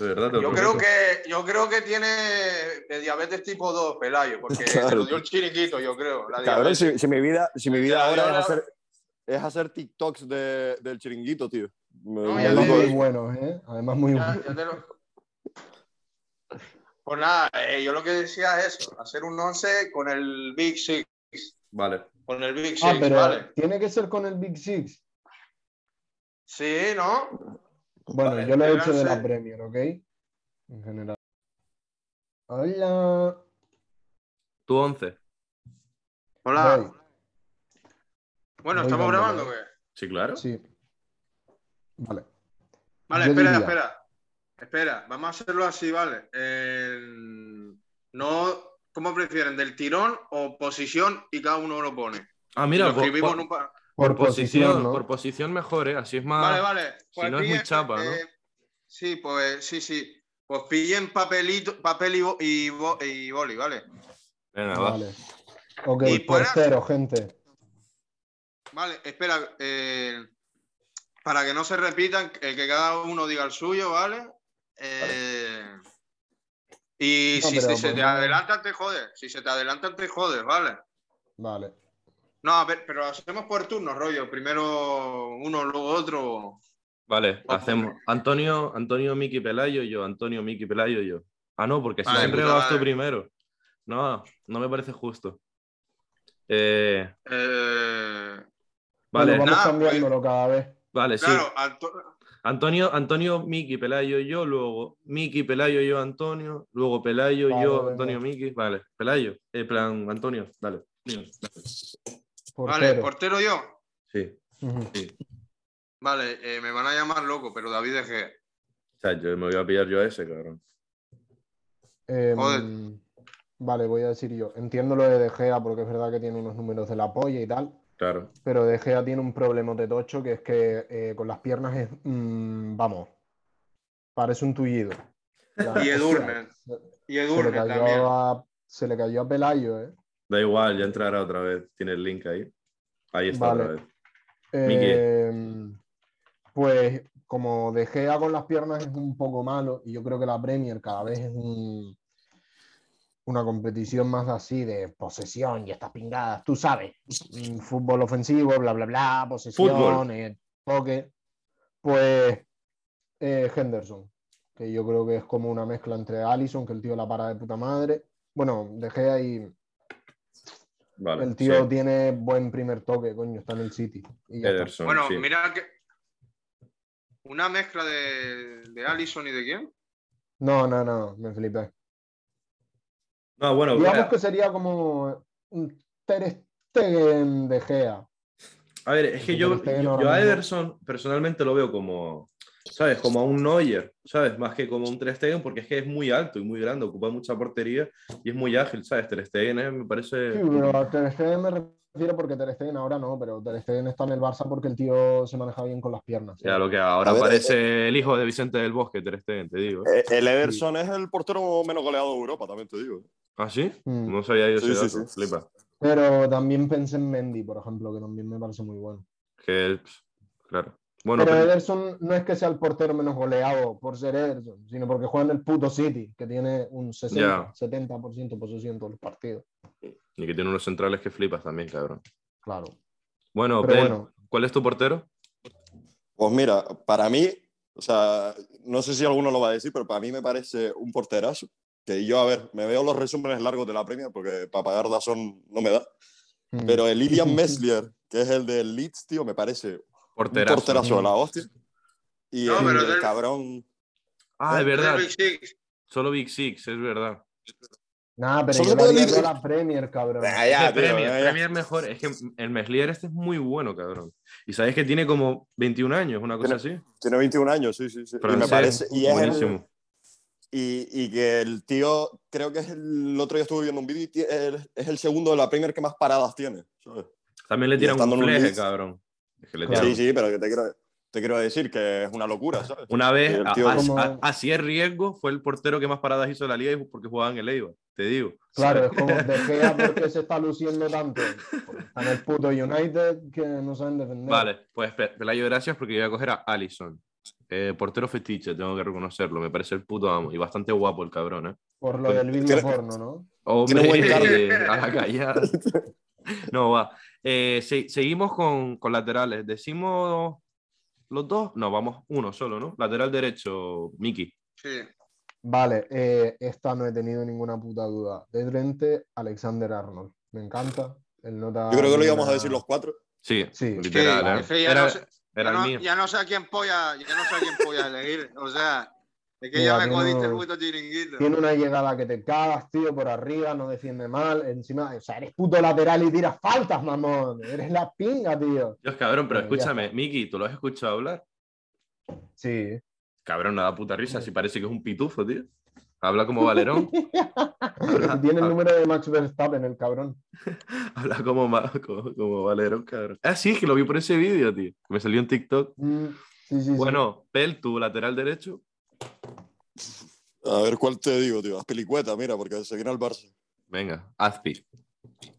De verdad, te lo Yo creo prometo. que, yo creo que tiene eh, diabetes tipo 2, Pelayo, porque Claro. se lo dio el chiringuito, yo creo. la Cabrón, diabetes. si, si mi vida, si mi vida Ya, ahora ya, es ya. hacer, es hacer TikToks de- del chiringuito, tío. Me- No, me ya Además te loco. muy digo. buenos, ¿eh? Además muy Ya- buenos. ya te lo- Pues nada, eh, yo lo que decía es eso, hacer un 11 con el Big Six. Vale. Con el Big Six, Ah, pero vale. tiene que ser con el Big Six. Sí, ¿no? Bueno, Vale, yo lo he hecho de entonces- la Premier, ¿ok? En general. Hola. Tú 11. Hola. Voy. Bueno, Voy ¿estamos dándole. grabando o qué? Sí, claro. Sí. Vale. Vale, Yo espera, diría- espera. Espera, vamos a hacerlo así, ¿vale? En- No, ¿cómo prefieren? ¿Del tirón o posición? Y cada uno lo pone. Ah, mira, lo por, escribimos por- en un pa- Por, por posición, ¿no? por posición mejor, ¿eh? Así es más. Vale, vale. pues eh, si no es muy chapa, ¿no? sí, pues sí, sí. Pues pillen papelito, papel y, bo- y, bo- y boli, ¿vale? Venga, va. Vale. Ok, Y fuera- portero, gente. Vale, espera. eh, para que no se repitan, eh, que cada uno diga el suyo, ¿vale? Eh, Y No, si, pero si se por te nada. adelantan, te jodes. Si se te adelantan, te jodes, ¿vale? Vale. No, a ver, pero hacemos por turno, rollo. Primero uno, luego otro. Vale, hacemos. Antonio, Antonio, Miki, Pelayo, yo. Antonio, Miki, Pelayo, yo. Ah, no, porque si Vale, siempre puta vas tú madre. primero. No, no me parece justo. Eh, Eh, vale, Bueno, vamos nada, pues. cambiándolo cada vez. vale, sí. claro, Anto- Antonio, Antonio, Miki, Pelayo, yo, luego Miki, Pelayo, yo, Antonio, luego Pelayo, Vale, yo, venga. Antonio, Miki, vale, Pelayo, eh, plan, Antonio, dale. Antonio, dale. Vale, Portero. portero yo. Sí, Ujú. Vale, eh, me van a llamar loco, pero David de Gea. o sea, yo me voy a pillar yo a ese, cabrón. Em, Joder. vale, voy a decir yo. Entiendo lo de De Gea porque es verdad que tiene unos números de la polla y tal. Claro, Pero De Gea tiene un problema de tocho que es que eh, con las piernas es. mm, vamos. Parece un tullido. Ya, Y hostia, Edurne. se- Y se le Edurne cayó también. a- se le cayó a Pelayo, ¿eh? Da igual, ya entrará otra vez. Tiene el link ahí. Ahí está Vale. otra vez. Eh, pues como De Gea con las piernas es un poco malo y yo creo que la Premier cada vez es un- una competición más así de posesión y estas pingadas, tú sabes, mm, fútbol ofensivo, bla, bla, bla, posesión, Fútbol. eh, toque, pues eh, Henderson, que yo creo que es como una mezcla entre Allison, que el tío la para de puta madre, bueno, De Gea y Vale. el tío sí. tiene buen primer toque, coño, está en el City. Y ya está. Ederson, Bueno, sí. mira que. Una mezcla de, de Allison y de quién? No, no, no, me flipé. No, bueno, Digamos mira, que sería como un Ter Stegen de Gea. a ver, es que yo, Ter Stegen ahora yo a mismo. Ederson personalmente lo veo como, ¿sabes? Como a un Neuer, ¿sabes? Más que como un Ter Stegen, porque es que es muy alto y muy grande, ocupa mucha portería y es muy ágil, ¿sabes? Ter Stegen eh, me parece... Sí, pero a Ter Stegen me refiero porque Ter Stegen ahora no, pero Ter Stegen está en el Barça porque el tío se maneja bien con las piernas. Ya, lo que ahora A ver, parece el hijo de Vicente del Bosque, Ter Stegen, te digo. Eh, El Everson es el portero menos goleado de Europa, también te digo. eh. ¿Ah, sí? Mm. No sabía yo Sí, ese sí, dato, sí. flipa. Pero también pensé en Mendy, por ejemplo, que también me parece muy bueno. Que, pff, claro. Bueno, pero pero- Ederson no es que sea el portero menos goleado por ser Ederson, sino porque juega en el puto City, que tiene un 60, 70% de posesión en todos los partidos. y que tiene unos centrales que flipas también, cabrón. Claro. Bueno, Pero Ben, bueno, ¿cuál es tu portero? Pues mira, para mí, o sea, no sé si alguno lo va a decir, pero para mí me parece un porterazo. Que yo, a ver, me veo los resúmenes largos de la premia porque para pagar Dazón no me da. mm, Pero el Ilian Messlier, que es el del Leeds, tío, me parece Porterazo. un porterazo de la hostia. Y No, el, pero el del- cabrón. Ah, es verdad. Big Six. Solo Big Six, es verdad. nada, pero Solo yo le puedo haría decir- la Premier, cabrón. Ah, Es ya, que tío, Premier, ya, ya. Premier mejor. Es que el Meslier este es muy bueno, cabrón. Y sabes que tiene como 21 años, una cosa así. Tiene 21 años, sí, sí, sí. Y me Francés, parece. Y es el- Buenísimo. Y, y que el tío, creo que es el, el otro día estuve viendo un vídeo y ti- el- es el segundo de la Premier que más paradas tiene. ¿sabes? También le y tiran estando un en un fleje, Leeds. cabrón. Es que le Claro. tiran- Sí, sí, pero que te quiero, te quiero decir que es una locura, ¿sabes? Una vez, El a- tío a- como- a- así es riesgo, fue el portero que más paradas hizo de la liga y porque jugaba en el Eibar, te digo. Claro, es como De Gea porque se está luciendo tanto. Está en el puto United que no saben defender. Vale, pues Pe- Pelayo, gracias porque voy a coger a Allison. Eh, portero fetiche, tengo que reconocerlo, me parece el puto amo y bastante guapo el cabrón, ¿eh? Por lo del video Tiene- porno, ¿no? Hombre, buen cardio. a la callada. No, va. Eh, se- seguimos con, con laterales. Decimos los dos. No, vamos uno solo, ¿no? Lateral derecho, Miki. Sí. Vale, eh, esta no he tenido ninguna puta duda. De Trente, Alexander Arnold. Me encanta. Él no da Yo creo que lo íbamos ninguna- a decir los cuatro. Sí, Sí. Sí, literal, es ¿eh? que ya Era, no sé- era ya el no- mío. ya no sé a quién polla, ya no sé a quién polla elegir. O sea, es que Mira, ya me tiene- jodiste el puto chiringuito. Tiene una llegada que te cagas, tío, por arriba, no defiende mal. Encima, o sea, eres puto lateral y tiras faltas, mamón. Eres la pinga, tío. Dios, cabrón, pero Bueno, ya escúchame, está. Miki, ¿tú lo has escuchado hablar? Sí. Cabrón, nada puta risa, si parece que es un pitufo, tío. Habla como Valerón, Habla- Tiene el habla- número de Max Verstappen, el cabrón. Habla como, ma- como, como Valerón, cabrón. Ah, sí, es que lo vi por ese vídeo, tío. que Me salió en TikTok. Mm, sí, sí, sí. Bueno, Pel, tu lateral derecho. A ver cuál te digo, tío. Haz pelicueta, mira, porque se viene al Barça. Venga, Azpi.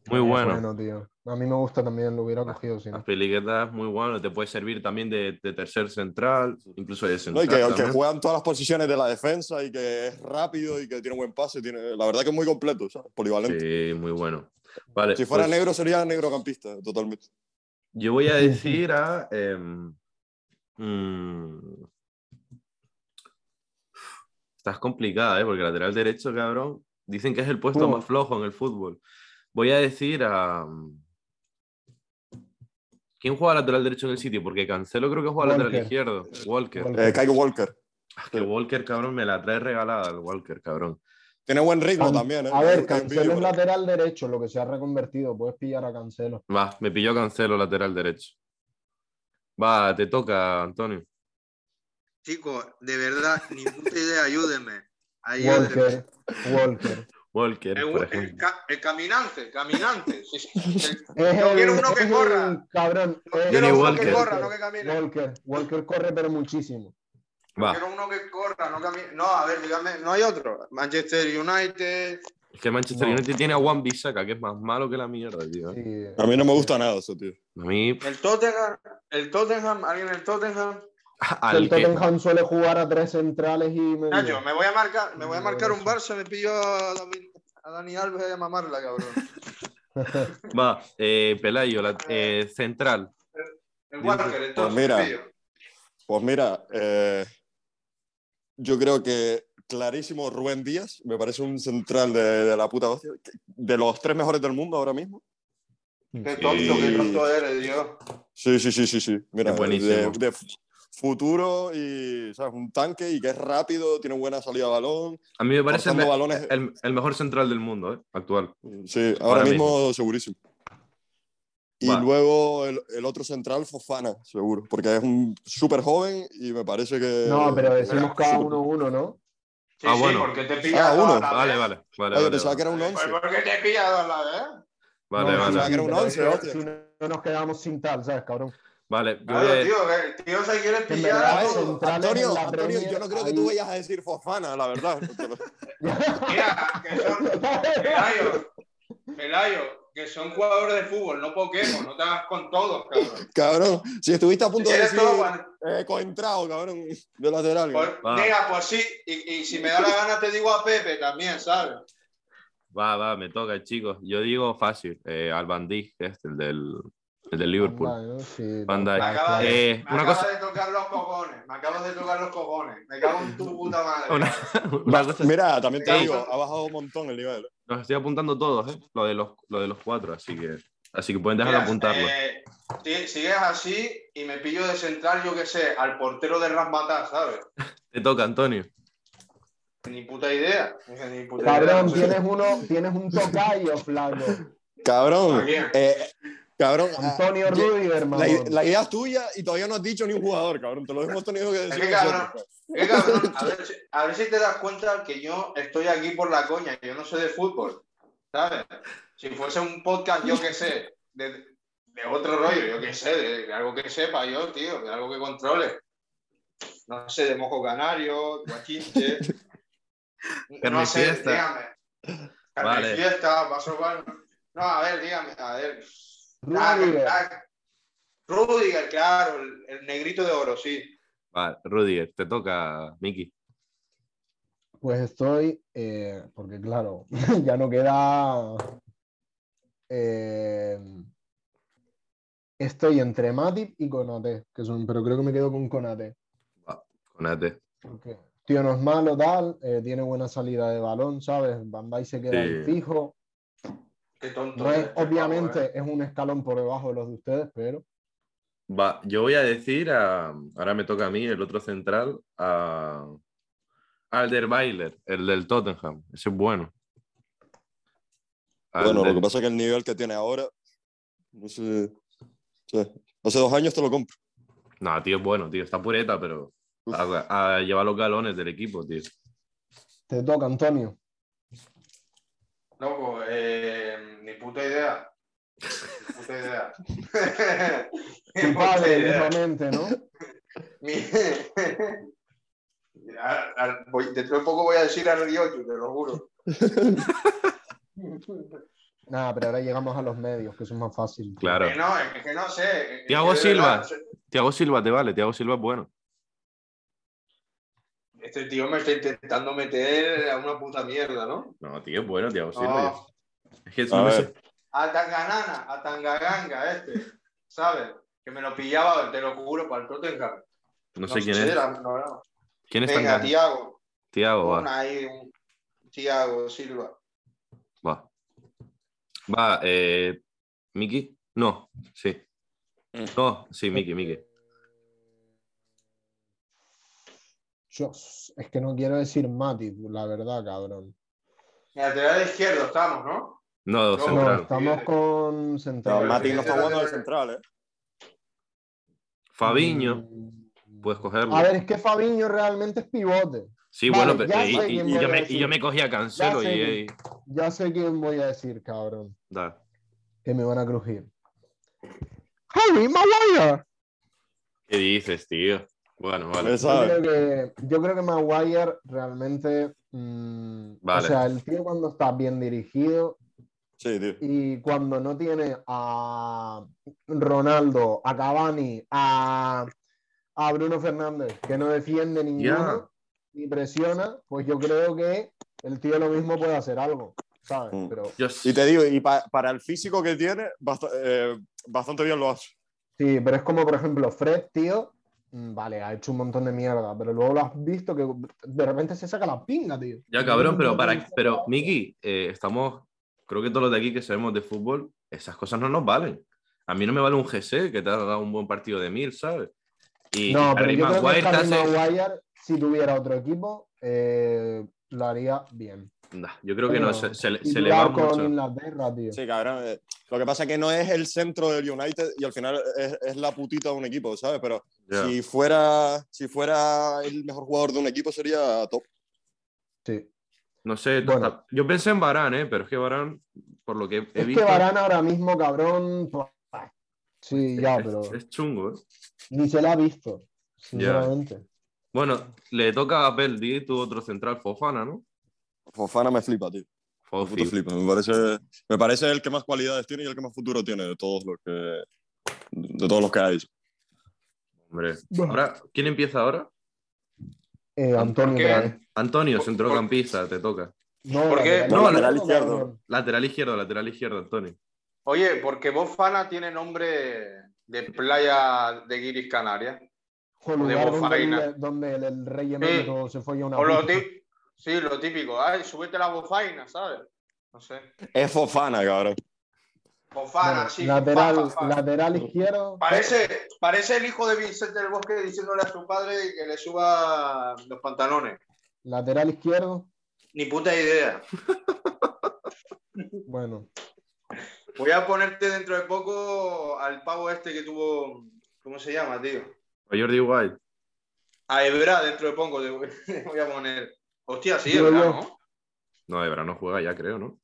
Muy Es bueno. tío. A mí me gusta también, lo hubiera cogido, si no. Azpi Ligueta es muy bueno. Te puede servir también de, de tercer central, incluso de No, central. y que, que también. juega en todas las posiciones de la defensa y que es rápido y que tiene buen pase. Tiene, la verdad que es muy completo, ¿sabes? Polivalente. Sí, muy bueno. Vale, si fuera pues, negro, sería negrocampista, totalmente. yo voy a decir a. em, mm, estás complicada, ¿eh? Porque lateral derecho, cabrón, dicen que es el puesto Uh. más flojo en el fútbol. Voy a decir a. mm, ¿Quién juega lateral derecho en el City? Porque Cancelo creo que juega lateral Walker. izquierdo. Walker. Walker. Eh, Kyle Walker. Ah, que Walker, cabrón, me la trae regalada el Walker, cabrón. Tiene buen ritmo Can- también, Ah, ¿eh? A ver, Hay un vídeo Cancelo es por- lateral derecho, lo que se ha reconvertido. Puedes pillar a Cancelo. Va, me pilló Cancelo lateral derecho. Va, te toca, Antonio. Chicos, de verdad, ni puta idea, ayúdenme. Ayúdenme. Walker, Walker. Walker, El, por el ejemplo. ca- el caminante, caminante. Sí, sí. El- Es Yo quiero uno que es corra. Cabrón. yo es- quiero uno Walker. que corra, no que camine. Walker. Walker corre, pero muchísimo. Va, Quiero uno que corra, no camine. No, a ver, dígame, no hay otro. Manchester United, Es que el Manchester United tiene a Juan Bisaca, que es más malo que la mierda, tío. Sí, eh, A mí no me gusta nada eso, tío. A mí, pff, El Tottenham, el Tottenham, alguien del Tottenham. al el que, Tottenham suele jugar a tres centrales y medio. Nacho, me voy a marcar, me voy a marcar un Barça, me pillo a, David- a Dani Alves a mamarla, cabrón. va, eh, Pelayo, la- eh, central. El Walker, entonces. Pues mira. me pillo. Pues mira, eh, yo creo que clarísimo Rubén Díaz, me parece un central de, de la puta hostia, de los tres mejores del mundo ahora mismo. Qué tonto, qué tonto eres, Dios. Sí, sí, sí, sí, sí. Mira, Es buenísimo. De, de fu- futuro y, ¿sabes? Un tanque y que es rápido, tiene buena salida de balón. A mí me parece el, cortando me- balones. el- el mejor central del mundo, ¿eh? actual. Sí, ahora, ahora mismo, segurísimo. Y Va. luego el, el otro central, Fofana, seguro, porque es un súper joven y me parece que... No, pero decimos Era cada súper- uno uno, ¿no? Sí, Ah, sí, bueno. porque te pillas Ah, dos uno. a la Vale, vez. vale, vale. Ah, yo vale, pensaba que vale. era un Pues 11. porque te pillas dos a la eh? vez. Vale, No, vale. pensaba que era un pero once, yo- hostia. Si no, no nos quedamos sin tal, ¿sabes, cabrón? Vale, yo Claro, de- tío, que el tío se quiere Que en pillar verdad a es todos. un- centrales en Antonio, la Antonio, yo Premier, no creo que ahí- tú vayas a decir Fofana, la verdad. Mira, que son. Pelayo, Pelayo, que son jugadores de fútbol, no Pokémon, no te hagas con todos, cabrón. cabrón, si estuviste a punto de Eres decir todo guan- eh, Coentrao, cabrón, de lateral. pues, cabrón. Va. Mira, pues sí, y, y si me da la gana te digo a Pepe también, ¿sabes? va, va, me toca, chicos. Yo digo fácil, eh, al Bandí, este, el del, el del Liverpool. Vale, ¿no? Sí, Van Dijk. Me acaba Eh, de, Eh, me una acaba cosa- de tocar los cojones, me acabas de tocar los cojones, me cago en tu puta madre. Una- una cosa- Mira, también te Sí. digo, ha bajado un montón el nivel. los estoy apuntando todos, ¿eh? Lo de los, lo de los cuatro, así que, así que pueden dejar de Mira, apuntarlo. eh, si- sigues así y me pillo de central, yo qué sé, al portero de Rasmatas, ¿sabes? Te toca, Antonio. Ni puta idea. Ni puta idea, Cabrón, no sé. tienes uno, tienes un tocayo, flaco. Cabrón, ¿A quién? eh, cabrón, ah, Antonio ye- Rudiger, la, i- mamón. la idea es tuya y todavía no has dicho ni un jugador, cabrón. Te lo hemos tenido que decir. que, cabrón, nosotros, pues. Eh, cabrón, a ver, si, a ver si te das cuenta que yo estoy aquí por la coña, que yo no sé de fútbol, ¿sabes? Si fuese un podcast, yo qué sé, de, de otro rollo, yo qué sé, de, de algo que sepa yo, tío, de algo que controle. No sé, de mojo canario, guachinche. no sé, Carnifiesta. dígame. Vale. Carnifiesta, paso bueno. No, a ver, dígame, a ver. Rudiger. Ah, Rudiger, claro, el, el negrito de oro, sí. Vale, Rudiger, te toca, Miki. Pues estoy, eh, porque claro, ya no queda. eh, estoy entre Matip y Conate, que son, pero creo que me quedo con Conate. Conate. Porque tío no es malo, tal, eh, tiene buena salida de balón, ¿sabes? Van Dijk se queda ahí Sí. fijo. Qué tonto. No es, eres, por favor, obviamente, eh. es un escalón por debajo de los de ustedes, pero. Va, yo voy a decir a. Ahora me toca a mí, el otro central, a. Alderweiler, el del Tottenham. Ese es bueno. Al Bueno, lo del- que pasa es que el nivel que tiene ahora, no sé, sí, hace dos años te lo compro. No, tío, es bueno, tío. Está pureta, pero. A, a llevar los galones del equipo, tío. Te toca, Antonio. Loco, eh, ni puta idea. Ni puta idea. ni Tu puta padre, idea. mismamente, ¿no? Mi- Al- al- voy- dentro de poco voy a decir al Riocho, te lo juro. Nada, pero ahora llegamos a los medios, que eso es más fácil. tío. Claro. Que no, es que no sé. es Thiago que de verdad, Silva. no sé. Tiago Silva te vale, Tiago Silva es bueno. Este tío me está intentando meter a una puta mierda, ¿no? No, tío, es bueno, Tiago Silva. Oh, Ah, Es que A no ver. sé- a Tanganana, a Tangaganga, este, ¿sabes? Que me lo pillaba, te lo juro, para el Tottenham. no sé quién es. era, no, no. ¿Quién es Venga, tan Tiago. Tiago, va. Un ahí, un Thiago Silva. Va. Va, eh, Miki. No, sí. No, sí, Miki, Miki. Yo- es que no quiero decir Matip, la verdad, cabrón. Lateral izquierdo estamos, ¿no? No, No, No, Mm. central. estamos con Pero Central. Mati no está jugando de central, ¿eh? Fabiño, Mm. puedes cogerlo. A ver, es que Fabiño realmente es pivote. sí, vale, bueno, ya pero, y, sé y- quién y voy yo a me, decir. y yo me cogí a Cancelo Ya sé y, y- Ya sé quién voy a decir, cabrón, da. que me van a crujir. Harry Maguire. ¿Qué dices, tío? Bueno, vale. Yo Él sabe. creo, que, yo creo que Maguire realmente Mm, Vale. O sea, el tío cuando está bien dirigido Sí, tío. y cuando no tiene a Ronaldo, a Cavani, a, a Bruno Fernández, que no defiende ninguno Ya. ni presiona, pues yo creo que el tío lo mismo puede hacer algo, ¿sabes? Mm. Pero Yo Y te digo, y pa- para el físico que tiene, bast- eh, bastante bien lo hace. Sí, pero es como, por ejemplo, Fred, tío, mm, vale, ha hecho un montón de mierda, pero luego lo has visto que de repente se saca la pinga, tío. Ya, cabrón, No, pero no, para no, pero Miki, eh, estamos, creo que todos los de aquí que sabemos de fútbol, esas cosas no nos valen. A mí no me vale un GC que te ha dado un buen partido de mil, ¿sabes? Y No, pero Harry yo creo que Maguire te Harry hace- Maguire, si tuviera otro equipo, eh, lo haría bien. Nah, yo creo que no, se, se le- se le va Titular con mucho. Inglaterra, tío. Sí, cabrón. eh, Lo que pasa es que no es el centro del United y al final es, es la putita de un equipo, ¿sabes? Pero Ya. si, fuera, si fuera el mejor jugador de un equipo sería top. Sí. No sé, Bueno. ta- yo pensé en Barán, ¿eh? pero es que Barán, por lo que he Es visto, que Varane ahora mismo, cabrón. pues, ah, Sí, ya, es- pero es chungo. ¿eh? ni se la ha visto, sinceramente. Bueno, le toca a Peldi, tu otro central, Fofana, ¿no? Fofana me flipa, tío. Me puto Fofi. flipa. Me parece, me parece el que más cualidades tiene y el que más futuro tiene de todos los que, de todos los que hay. Hombre. Bueno. Ahora, ¿quién empieza ahora? Eh, Antonio, qué? otra vez. Antonio, Por- por- centrocampista, te toca. No, ¿Por qué? lateral No, lateral izquierdo, izquierdo. cabrón. Lateral izquierdo, lateral izquierdo, Antonio. Oye, porque Bofana tiene nombre de playa de Guiris Canarias. Joder, O de lugar Bofaina. donde, donde el, el rey emérito se fue a una O lo puta. ti- sí, lo típico. Ay, súbete la bofaina, ¿sabes? No sé. Es Fofana, cabrón. Bofana, Bueno, sí. lateral, fa, fa, fa. lateral izquierdo. Parece, parece el hijo de Vicente del Bosque diciéndole a su padre que le suba los pantalones. Lateral izquierdo. Ni puta idea. Bueno, Voy a ponerte dentro de poco al pavo este que tuvo. ¿Cómo se llama, tío? O Jordi White. A Ebra Ah, dentro de poco te voy- te voy a poner. Hostia, sí, Digo Ebra, yo. ¿no? No, Ebra no juega ya, creo, ¿no?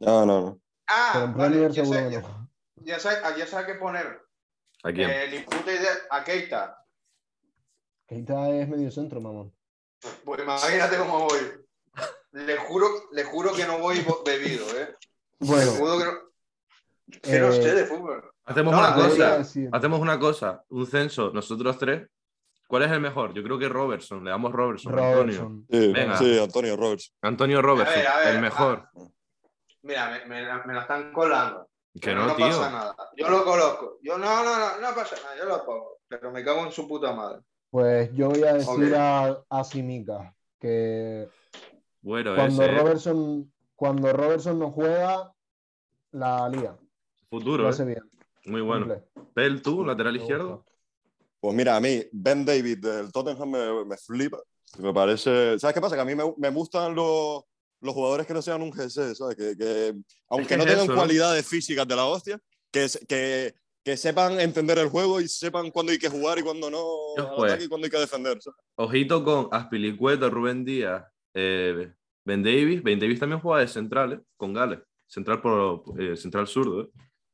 No, no, no. pero Ah, en vale, Premier ya, seguro sé, que ya, no. ya sé- ah, ya sé qué poner. ¿A quién? Eh, ni puta idea. A Keita. Keita es medio centro, mamón. Pues imagínate cómo voy. Le juro, le juro que no voy bo- bebido, ¿eh? Le Bueno, juro que no. Que no eh, sé de fútbol. Hacemos no, una no, cosa. podría decir, Hacemos una cosa. Un censo, nosotros tres. ¿Cuál es el mejor? Yo creo que Robertson. Le damos Robertson. Antonio. Robertson. Sí, Venga. sí, Antonio Roberts. Antonio Robertson, A ver, a ver, Ah, el mejor. Mira, me, me la- me la están colando. que Pero no, no tío. pasa nada. Yo lo coloco. Yo no, no, no, no pasa nada. Yo lo pongo. Pero me cago en su puta madre. Pues yo voy a decir Ok. a, a Simica que Bueno, cuando ese Robertson, cuando Robertson no juega, la liga. Lo futuro. hace ¿eh? bien. Muy bueno. cumple. Pel, tú, lateral Me izquierdo. gusta. Pues mira, a mí Ben David del Tottenham me, me flipa. Me parece... ¿Sabes qué pasa? Que a mí me, me gustan los, los jugadores que no sean un GC, ¿sabes? Que, que aunque que no es tengan eso, ¿no? cualidades físicas de la hostia, que, se- que, que sepan entender el juego y sepan cuándo hay que jugar y cuándo no, Yo, al pues. ataque y cuándo hay que defender. ¿sabes? Ojito con Aspilicueta, Rubén Díaz, eh, Ben Davis. Ben Davis también juega de central, ¿eh? Con Gales. Central por eh, central zurdo, ¿eh?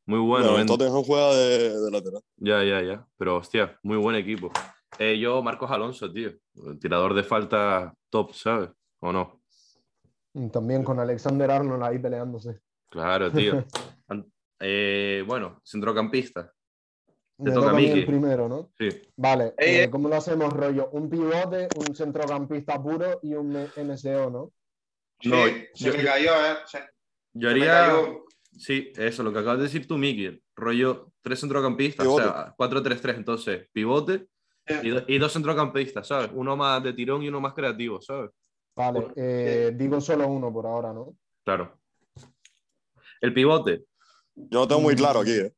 Muy bueno. Bueno, Ben- el Tottenham juega de, de lateral. Ya, ya, ya. Pero hostia, muy buen equipo. Eh, yo, Marcos Alonso, tío. Tirador de falta top, ¿sabes? ¿O no? También con Alexander Arnold ahí peleándose. Claro, tío. An- eh, bueno, centrocampista. Me toca toca a mí Miki. el primero, ¿no? Sí. Vale, Ey, eh, ey. ¿cómo lo hacemos, rollo? Un pivote, un centrocampista puro y un MCO, ¿no? No, Sí, se yo- me cayó, ¿eh? Se, se Yo me haría. cayó. Sí, eso, lo que acabas de decir tú, Miguel. Rollo, tres centrocampistas, Pivote. o sea, 4-3-3, entonces, pivote y, do- y dos centrocampistas, ¿sabes? Uno más de tirón y uno más creativo, ¿sabes? Vale, eh, digo solo uno por ahora, ¿no? Claro. El pivote, Yo lo tengo Mm. muy claro aquí, ¿eh?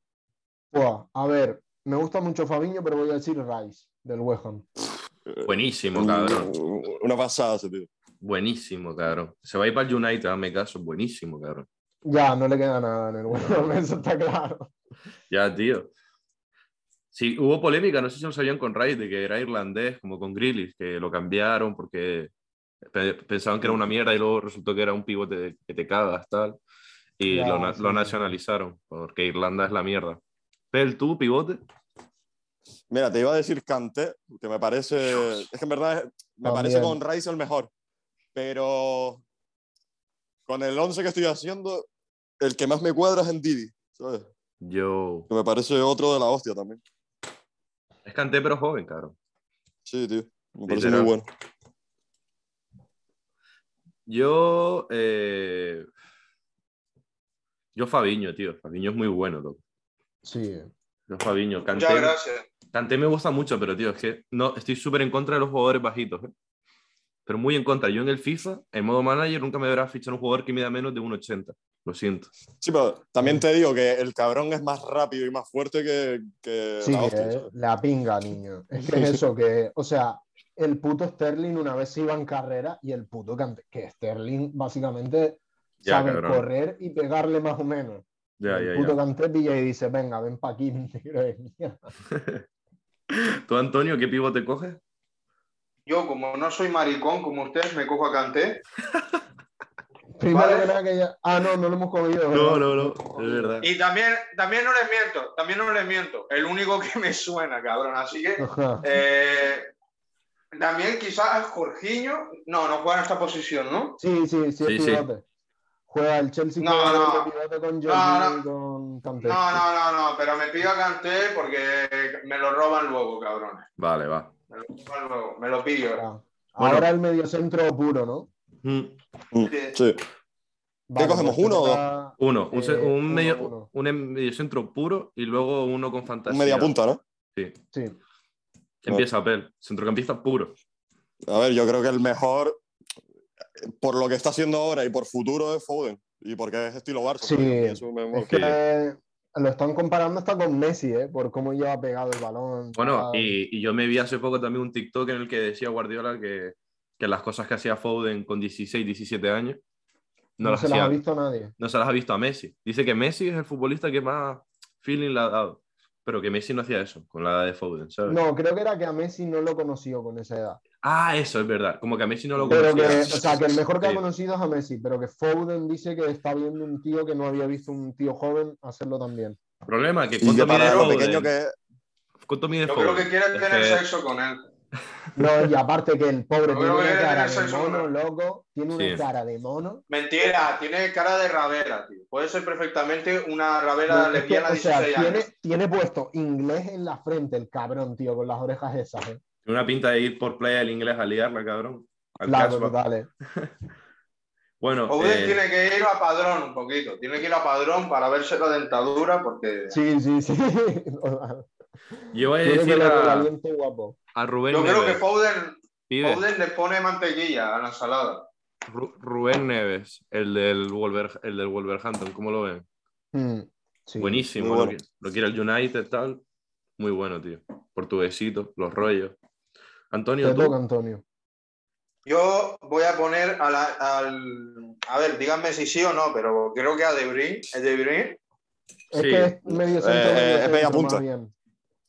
Buah, a ver, me gusta mucho Fabiño, pero voy a decir Rice, del West Ham. Eh, buenísimo, cabrón. Una pasada ese tío. Buenísimo, cabrón. Se va a ir para el United, hazme caso, buenísimo, cabrón. Ya, no le queda nada en el West Ham, eso está claro. Ya, tío. Sí, hubo polémica, no sé si lo sabían con Rice, de que era irlandés, como con Grealish, que lo cambiaron porque pe- pensaban que era una mierda y luego resultó que era un pivote de- que te cagas, tal. Y Ya, lo, na- sí, lo sí. nacionalizaron, porque Irlanda es la mierda. Pel, tú, pivote. Mira, te iba a decir Kanté, que me parece. Es que en verdad me También. parece con Rice el mejor. Pero con el 11 que estoy haciendo, el que más me cuadra es en Didi, ¿sabes? Yo. Que me parece otro de la hostia también. Es canté, pero joven, caro. Sí, tío. Me parece Literal. muy bueno. Yo. eh, Yo, Fabiño, tío. Fabiño es muy bueno, loco. Sí, Yo, Fabiño. Canté, Muchas gracias. Kanté me gusta mucho, pero, tío, es que no, estoy súper en contra de los jugadores bajitos. ¿eh? Pero muy en contra. Yo en el FIFA, en modo manager, nunca me verás fichar un jugador que mida menos de 1,80. Lo siento. Sí, pero también te digo que el cabrón es más rápido y más fuerte que, que sí, la hostia. eh, ¿sabes? la pinga, niño. Es que es eso, que, o sea, el puto Sterling una vez se iba en carrera y el puto Kanté- que Sterling básicamente Ya, sabe cabrón. correr y pegarle más o menos. Ya, el ya, puto ya. Kanté pilla y dice, venga, ven pa' aquí, negro de mierda. ¿Tú, Antonio, qué pivote coges? Yo, como no soy maricón como ustedes, me cojo a Canté. Primero Vale. que nada que ya... Ah, no, no lo hemos cogido. No, ¿verdad? no, no. Es verdad. Y también, también no les miento, también no les miento. El único que me suena, cabrón. Así que Ajá. Eh, también quizás Jorginho. No, no juega en esta posición, ¿no? Sí, sí, sí, Sí, es sí. pivote. Juega el Chelsea No, con, no. de pivote con Jorginho No, no. y con Kanté. No, no, no, no. Pero me pido a Canté porque me lo roban luego, cabrones. Vale, va. Me lo roban luego. Me lo pillo. Ahora, Bueno. ahora el mediocentro puro, ¿no? Mm. Mm, Sí. Vale, cogemos, pues te uno o toca- Uno, un, ce- Eh, un uno, medio, uno. un em, mediocentro puro y luego uno con fantasía. Un media punta, ¿no? Sí. Sí. Empieza Pel, centrocampista puro. A ver, yo creo que el mejor, por lo que está haciendo ahora y por futuro, es Foden. Y porque es estilo Barça. Sí. ¿sabes? Y eso me mola. Es que lo están comparando hasta con Messi, ¿eh? Por cómo lleva pegado el balón. Bueno, tal. y, y yo me vi hace poco también un TikTok en el que decía Guardiola que, que las cosas que hacía Foden con 16, 17 años no, no, las se las hacía- ha visto nadie. no se las ha visto a Messi. Dice que Messi es el futbolista que más feeling le ha dado, pero que Messi no hacía eso con la edad de Foden, ¿sabes? No, creo que era que a Messi no lo conoció con esa edad. Ah, eso es verdad. Como que a Messi no lo Pero que, conocía. o sea, que el mejor que Sí. ha conocido es a Messi, pero que Foden dice que está viendo un tío que no había visto un tío joven hacerlo también. Problema, que Y que cuánto mide para lo Foden. pequeño que es, ¿Cuánto mide Yo Foden? creo que Es quieren tener que- Este- sexo con él. No, y aparte que el pobre Yo tiene creo una que cara eso de es un- mono, loco. Tiene una Sí. cara de mono. Mentira, tiene cara de rabera, tío. Puede ser perfectamente una rabera Porque es que, lesbiana o de sea, 16 años. tiene, tiene puesto inglés en la frente el cabrón, tío, con las orejas esas, ¿eh? Tiene una pinta de ir por playa del inglés a liarla, cabrón. Al Claro, casual. totales. Bueno, Ouden eh, tiene que ir a Padrón un poquito. Tiene que ir a Padrón para verse la dentadura porque... Sí, sí, sí. yo voy a Tiene que decir ver el a, aliento guapo. a Rubén Yo creo que Neves. Foden, pibe. Foden le pone mantequilla a la ensalada. Ru- Rubén Neves, el del, Wolver- el del Wolverhampton, ¿cómo lo ven? Mm, sí. Buenísimo, muy lo bueno. que- lo quiere el United, tal. Muy bueno, tío. Portuguesito, los rollos. Antonio, Te tú. toca, Antonio. Yo voy a poner a la- al. A ver, díganme si sí o no, pero creo que a De Bruyne. ¿Es De Bruyne? Es Sí. que es medio centro. Eh, medio eh, es centro, media más punta. bien.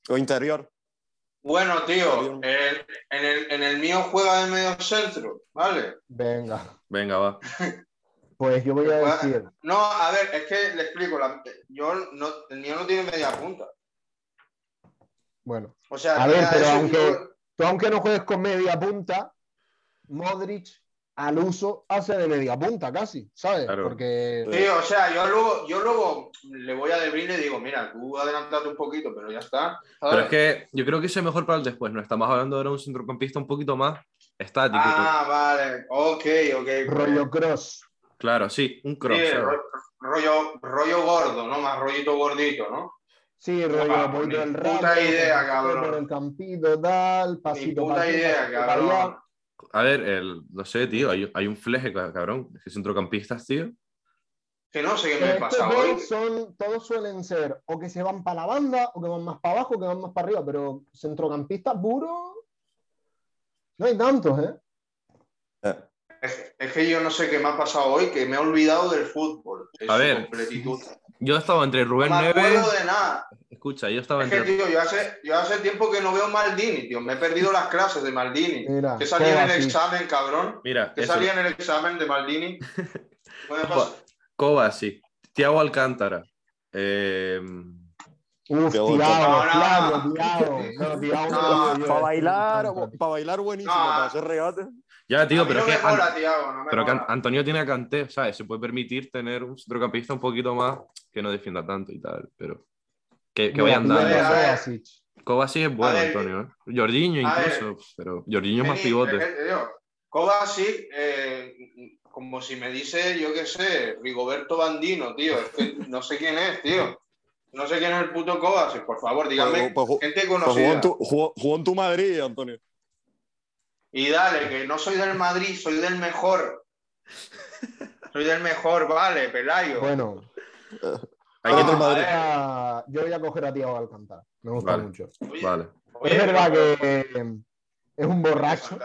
o interior. Bueno, tío, Está el- en, el, en el mío juega de medio centro, ¿vale? Venga. Venga, va. Pues yo voy a Juega- decir. No, a ver, es que le explico. la- yo no, el mío no tiene media punta. Bueno, O sea, A ver, mira, pero es un aunque- tío- tú aunque no juegues con media punta, Modric al uso hace de media punta casi, ¿sabes? Claro. Porque. Sí, o sea, yo luego, yo luego le voy a De Bruyne y digo, mira, tú adelantate un poquito, pero ya está. Pero ¿sabes? es que yo creo que ese es mejor para el después, ¿no? Estamos hablando ahora de un centrocampista un poquito más estático. Ah, vale, ok, ok. Rollo cross. Claro, sí, un cross. Sí, ¿sabes? ro- rollo, rollo gordo, ¿no? Más rollito gordito, ¿no? Sí, rollo, Ah, voy ni por el puta ramo, idea, pasito cabrón. por el campito, tal, Ni pasito puta para aquí, idea, pasito para allá. cabrón. A ver, el, no sé, tío, hay, hay un fleje, ca- cabrón. Es que centrocampistas, tío. Que no sé qué Pero me estos pasa hoy. dos son, todos suelen ser o que se van para la banda, o que van más para abajo, o que van más para arriba, pero centrocampista puro. No hay tantos, ¿eh? Es, es que yo no sé qué me ha pasado hoy, que me he olvidado del fútbol. en A su ver. completitud. Yo estaba entre Rubén No me acuerdo Neves. de nada. Escucha, yo estaba Es que, entre. tío, yo hace, yo hace tiempo que no veo Maldini, tío. Me he perdido las clases de Maldini. Mira, Que salía en el Kovacic. examen, cabrón. Mira, Que eso, salía en el examen de Maldini. Bueno, Opa. pues, Kovacic, Thiago Alcántara. eh, Uf, Qué Thiago, bonito. No, no. Thiago, Thiago. No, Thiago me No, lo Para llevo. bailar, Me encanta. para bailar buenísimo, No. para hacer regate. Ya, tío, A mí pero no es me que mola, An- Thiago, no me pero que An- mola. Antonio tiene a Kanté, ¿sabes? Se puede permitir tener un centrocampista un poquito más que no defienda tanto y tal, pero que, que vayan a dando. ver, a ver. Kovacic. Kovacic es bueno, ver. Antonio. ¿eh? Jorginho A ver. incluso, pero Jorginho es más Vení, pivote. es que, tío, Kovacic, eh, como si me dice, yo qué sé, Rigoberto Bandino, tío. Es que no sé quién es, tío. No sé quién es el puto Kovacic, por favor, dígame. Pues- pues- gente Pues jugó, conocida. en tu, jugó- jugó en tu Madrid, Antonio. Y dale, que no soy del Madrid, soy del mejor. Soy del mejor, vale, Pelayo. Bueno, Hay que Ah, otro Madrid. a ahora yo voy a coger a Tiago Alcántara. Me gusta Vale. mucho. Oye, Vale. oye, es verdad pero- que eh, es un borracho,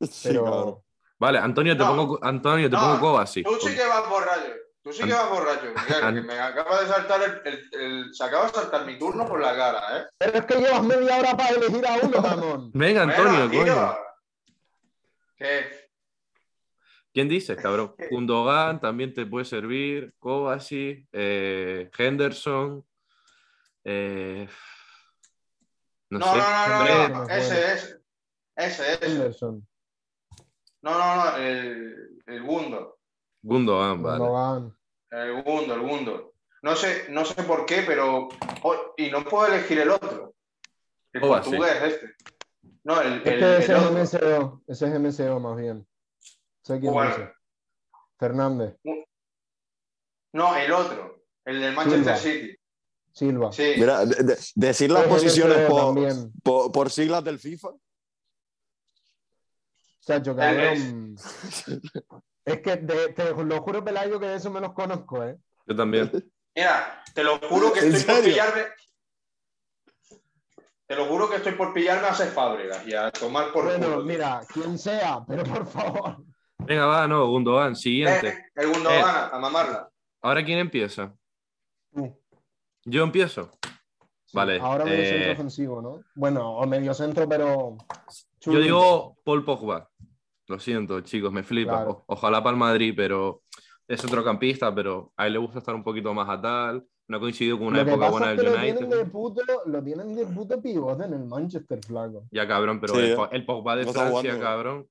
Sí, pero claro. Vale, Antonio, te No. pongo, Antonio, te No, pongo Kovacic. Tú sí que vas borracho. Tú sí que vas borracho, Miguel, An- que me acaba de saltar el, el- el- Se acaba de saltar mi turno por la cara, ¿eh? pero es que llevas media hora para elegir a uno, mamón. Venga, Antonio, Bueno, tío. coño. ¿Qué? ¿Quién dices, cabrón? Gundogan también te puede servir. Kovacic, eh, Henderson. eh, no, No, no, sé. no, no, Brett. no, Brett. Ese es. Ese es. Henderson, No, no, no. El, el Gundo. Gundogan, vale. Gundogan. El Gundo, el Gundo. No sé, no sé por qué, pero. oh, y no puedo elegir el otro. El Oh, así. portugués, este. No, el, el, Este es el otro. MSO, ese es MSO más bien. Sé quién ¿Cuál? es ese. Fernández, No, el otro. El del Silva. Manchester City. Silva. Sí. Mira, de- de- decir las Ese posiciones MSO por, también. por- por siglas del FIFA. Chacho, Tal vez. cabrón. Es que de- te lo juro, Pelayo, que de eso me los conozco, ¿eh? Yo también. Mira, te lo juro que ¿En estoy por serio? pillarme. Te lo juro que estoy por pillarme a hacer fábricas y a tomar por Bueno, culo. mira, quien sea, pero por favor. Venga, va, no, Gundogan, siguiente. Eh, el Gundogan, a mamarla. Ahora, ¿quién empieza? Tú. Yo empiezo. Sí, Vale, Ahora medio centro eh, ofensivo, ¿no? Bueno, o medio centro, pero. Mm. Yo digo Paul Pogba. Lo siento, chicos, me flipa. Claro. O- ojalá para el Madrid, pero es centrocampista, pero a él le gusta estar un poquito más a tal. No ha coincidido con una Lo que época pasa buena es del que lo tienen, de United. puto, lo tienen de puto pivote en el Manchester, flaco. Ya, cabrón, pero Sí, el, eh. Po- el Pogba de No está Francia, jugando. cabrón,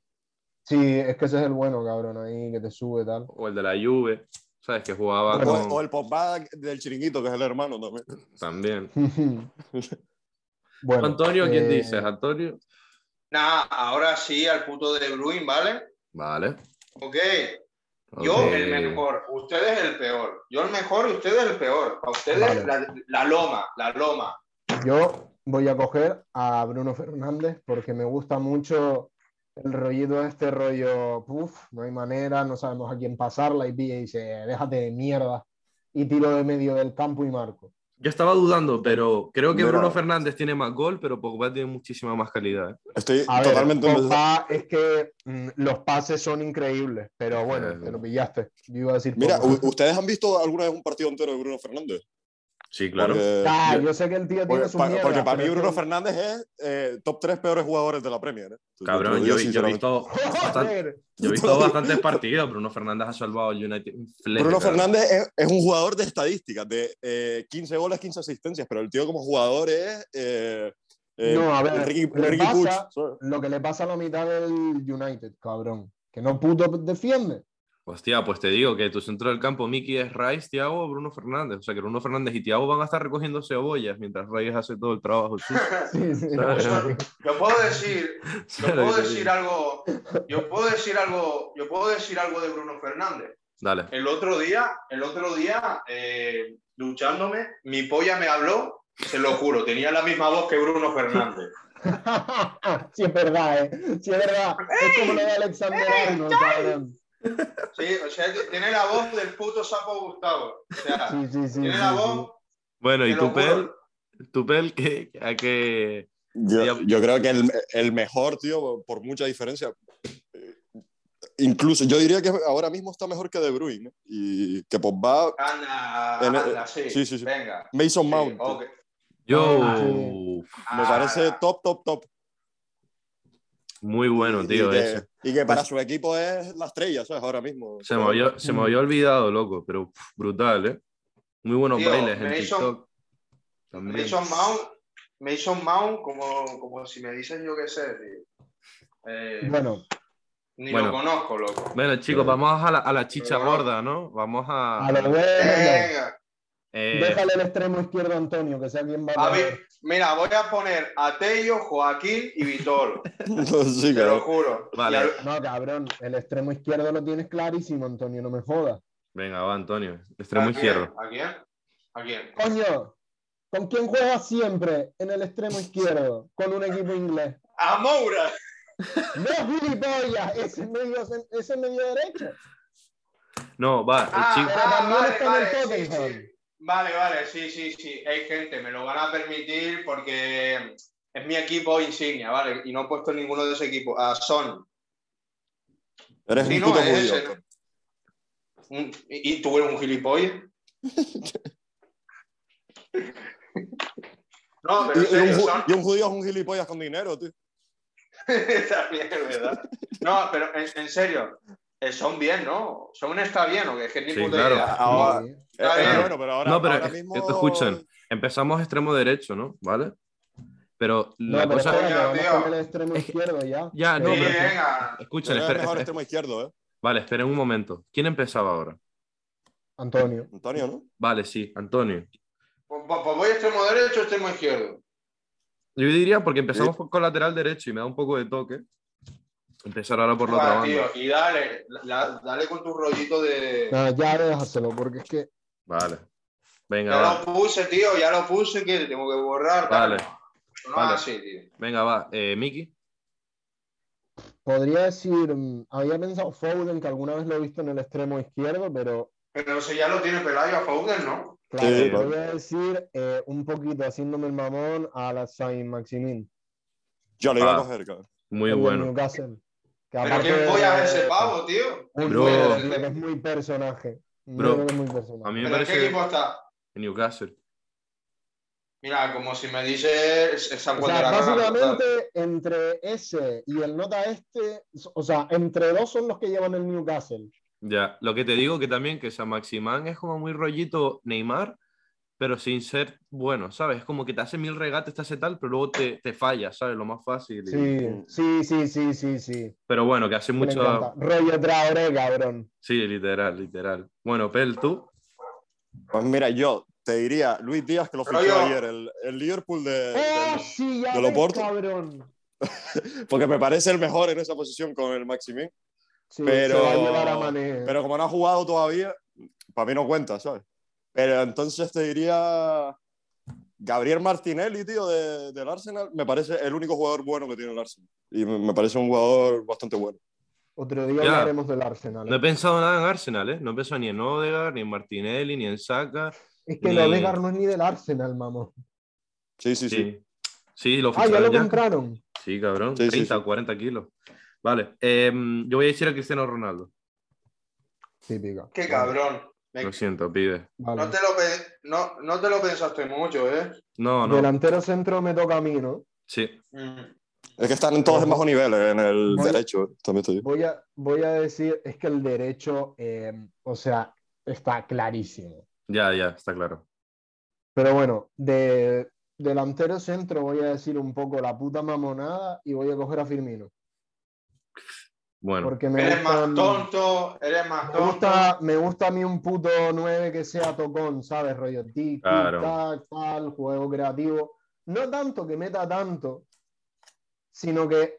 Sí, es que ese es el bueno, cabrón, ahí que te sube tal. o el de la Juve, ¿sabes? Que jugaba O, Bueno. con... o el Pogba del chiringuito, que es el hermano también. También. bueno, Antonio, ¿quién eh, dices? ¿Antonio? Nah, ahora sí al puto de Bruin, ¿vale? Vale. Ok. Yo Ok. el mejor, ustedes el peor. Yo el mejor y ustedes el peor. Para ustedes Vale. la, la loma, la loma. Yo voy a coger a Bruno Fernández porque me gusta mucho el rollito este rollo, puf, no hay manera, no sabemos a quién pasarla y pilla y dice, "Eh, déjate de mierda y tiro de medio del campo y marco. Yo estaba dudando, pero creo que Mira. Bruno Fernández tiene más gol, pero Pogba tiene muchísima más calidad. ¿eh? Estoy A ver, totalmente. Pogba, es que mm, los pases son increíbles, pero bueno, Ajá. te lo pillaste. Yo iba a decir Mira, Pogba. u- ¿ustedes han visto alguna vez un partido entero de Bruno Fernández? Sí, claro. Porque- Ah, yo- yo sé que el tío tiene porque su pa- mierda. porque para mí pero Bruno es que- Fernández es eh, top 3 peores jugadores de la Premier. ¿eh? Te- te lo Cabrón, digo yo, yo he sinceramente. visto bastante- ¡Joder! yo he visto bastantes partidos. Bruno Fernández ha salvado al United. un flete, Bruno cabrón. Fernández es, es un jugador de estadísticas, de eh, 15 goles, 15 asistencias, pero el tío como jugador es... eh, eh, No, a ver, Enrique, lo que Enrique Puig, pasa- ¿sabes? Lo que le pasa a la mitad del United, cabrón. Que no puto defiende. Hostia, pues te digo que tu centro del campo, Miki, es Rice, Thiago o Bruno Fernández. O sea que Bruno Fernández y Thiago van a estar recogiendo cebollas mientras Rice hace todo el trabajo. sucio, Sí, sí. ¿sabes? Yo puedo decir, yo ¿Sabes lo puedo que te decir digo? algo, yo puedo decir algo, yo puedo decir algo de Bruno Fernández. Dale. El otro día, el otro día, eh, duchándome, mi polla me habló, se lo juro, tenía la misma voz que Bruno Fernández. sí, es verdad, ¿eh? Sí, es verdad. Es como lo de Alexander Arnold, cabrón. Sí, o sea, tiene la voz del puto sapo Gustavo. O sea, Sí, sí, sí. tiene sí, la sí. voz. Bueno, te ¿y lo tu pel? juro. ¿Tu pel que a qué? Yo, yo creo que el, el mejor, tío, por mucha diferencia. eh, Incluso yo diría que ahora mismo está mejor que De Bruyne ¿eh? y que Pogba, Anda, En- anda, sí. sí, sí, sí. Venga. Mason Sí, Mount. ok. Yo. Ah, Me parece Ah, top, top, top. Muy bueno, y tío, que, eso. Y que para su equipo es la estrella, ¿sabes? Ahora mismo. Se me, había, se me había olvidado, loco, pero pf, brutal, ¿eh? Muy buenos Tío, bailes en me hizo- TikTok. También. Mason Mount, Mason Mount, como, como si me dicen yo qué sé, tío. Eh, Bueno, Ni Bueno. lo conozco, loco. Bueno, chicos, vamos a la, a la chicha Pero- gorda, ¿no? Vamos a. A lo bueno. Venga. eh, Déjale el extremo izquierdo a Antonio, que sea quien va A ver, mira, voy a poner a Tello, Joaquín y Vitolo. sí, Te lo claro. juro. Vale. Y al- No, cabrón, el extremo izquierdo lo tienes clarísimo, Antonio, no me jodas. Venga, va, Antonio. Extremo ¿a quién? izquierdo. ¿A quién? ¿A quién? Coño, ¿con quién juegas siempre en el extremo izquierdo? Con un equipo inglés. ¡A Moura! ¡No, gilipollas! Ese medio, ese medio derecho. No, va, el Ah, chico. Ah, Pero también está en el sí, Tottenham. sí. Vale, vale, sí, sí, sí. Hay gente, me lo van a permitir porque es mi equipo insignia, ¿vale? Y no he puesto ninguno de ese equipo. A Son. Eres Sí, un no, puto es judío. ese, ¿no? Un- y, y tú eres un gilipollas. no, pero en Y, y un serio, ju- Son- y un judío es un gilipollas con dinero, tío. También es verdad. No, pero en, en serio, eh, son bien, ¿no? Son está bien, o que es que ni Sí, puta claro. Ah, idea. Ahora, Sí. eh, Está eh, bien. bueno, pero ahora, No, pero ahora es- mismo... te escuchan. Empezamos extremo derecho, ¿no? ¿Vale? Pero No, la pero cosa. espérate, vamos Tío. con el extremo Es que- izquierdo ya. Ya, no, Sí, pero- venga. Escuchen, Pero es esperen. mejor extremo izquierdo, ¿eh? Vale, esperen un momento. ¿Quién empezaba ahora? Antonio. Antonio, ¿no? Vale, sí, Antonio. Pues, pues- pues voy extremo derecho, extremo izquierdo. Yo diría, porque empezamos por- con lateral derecho y me da un poco de toque. Empezar ahora por la otra Ah, banda. tío, y dale, la- dale con tu rollito de. No, ya déjaselo, porque es que. Vale. Venga, Ya va. lo puse, tío, ya lo puse, que le tengo que borrar. Vale, tal. Pues No, vale. así, tío. venga, va. Eh, Miki. Podría decir, mm, había pensado Foden, que alguna vez lo he visto en el extremo izquierdo, pero Pero eso ya lo tiene Pelayo a Foden, ¿no? claro, Sí, claro. podría decir eh, un poquito haciéndome el mamón a la Saint Maximin. Yo le iba Ah. a coger, cabrón. Muy el del bueno. Newcastle, que Pero aparte ¿quién voy a de- ver ese pavo, tío? Muy Pues, Bro. bueno, tío, que es muy personaje. Yo Bro. creo que es muy personaje. A mí me ¿Pero en qué parece equipo está? Newcastle. Mira, como si me dices esa O sea, básicamente entre ese y el nota este, o sea, entre dos son los que llevan el Newcastle. Ya, lo que te digo que también que San Maximán es como muy rollito Neymar, pero sin ser bueno, ¿sabes? Es como que te hace mil regates, te hace tal, pero luego te, te falla, ¿sabes? Lo más fácil. y- Sí, sí, sí, sí, sí, sí. Pero bueno, que hace Me mucho. encanta. Rollo Traoré, cabrón. Sí, literal, literal. Bueno, Pel, tú. Pues mira, yo te diría, Luis Díaz, que lo Pero fichó yo- Eh. ayer, el, el Liverpool de, ¡Oh, del- sí, ya de ves, Loporto. cabrón! Porque me parece el mejor en esa posición con el Maximín. Sí, Pero- se va a llevar a Mané. Pero como no ha jugado todavía, para mí no cuenta, ¿sabes? Pero entonces te diría... Gabriel Martinelli, tío, de- del Arsenal, me parece el único jugador bueno que tiene el Arsenal. Y me, me parece un jugador bastante bueno. Otro Ya. día hablaremos del Arsenal. No he pensado nada en Arsenal, ¿eh? No he pensado ni en Odegaard, ni en Martinelli, ni en Saka. Es que Ni- lo de Gar no es ni del Arsenal, mamón. Sí, sí, sí. Sí, sí lo Ah, ya ficharon lo ya. compraron. Sí, cabrón. Sí, sí, 30 o 40 kilos. Vale, em, yo voy a decir a Cristiano Ronaldo. Típica. Qué cabrón. Me- Lo siento, pibe. Vale. no, te lo pe- no, no te lo pensaste mucho, ¿eh? No, no. Delantero centro me toca a mí, ¿no? Sí, Mm. Es que están en todos los bajos niveles, en el Voy- derecho ¿eh? también te digo. Voy a, voy a decir, es que el derecho, eh, o sea, está clarísimo. ya, ya, está claro. Pero bueno, de delantero centro voy a decir un poco la puta mamonada y voy a coger a Firmino. Bueno, Porque me Eres más gustan- tonto, eres más Me tonto. gusta, me gusta a mí un puto 9 que sea tocón, ¿sabes? Rollo tic, Claro. tac, tal, juego creativo. No tanto que meta tanto, sino que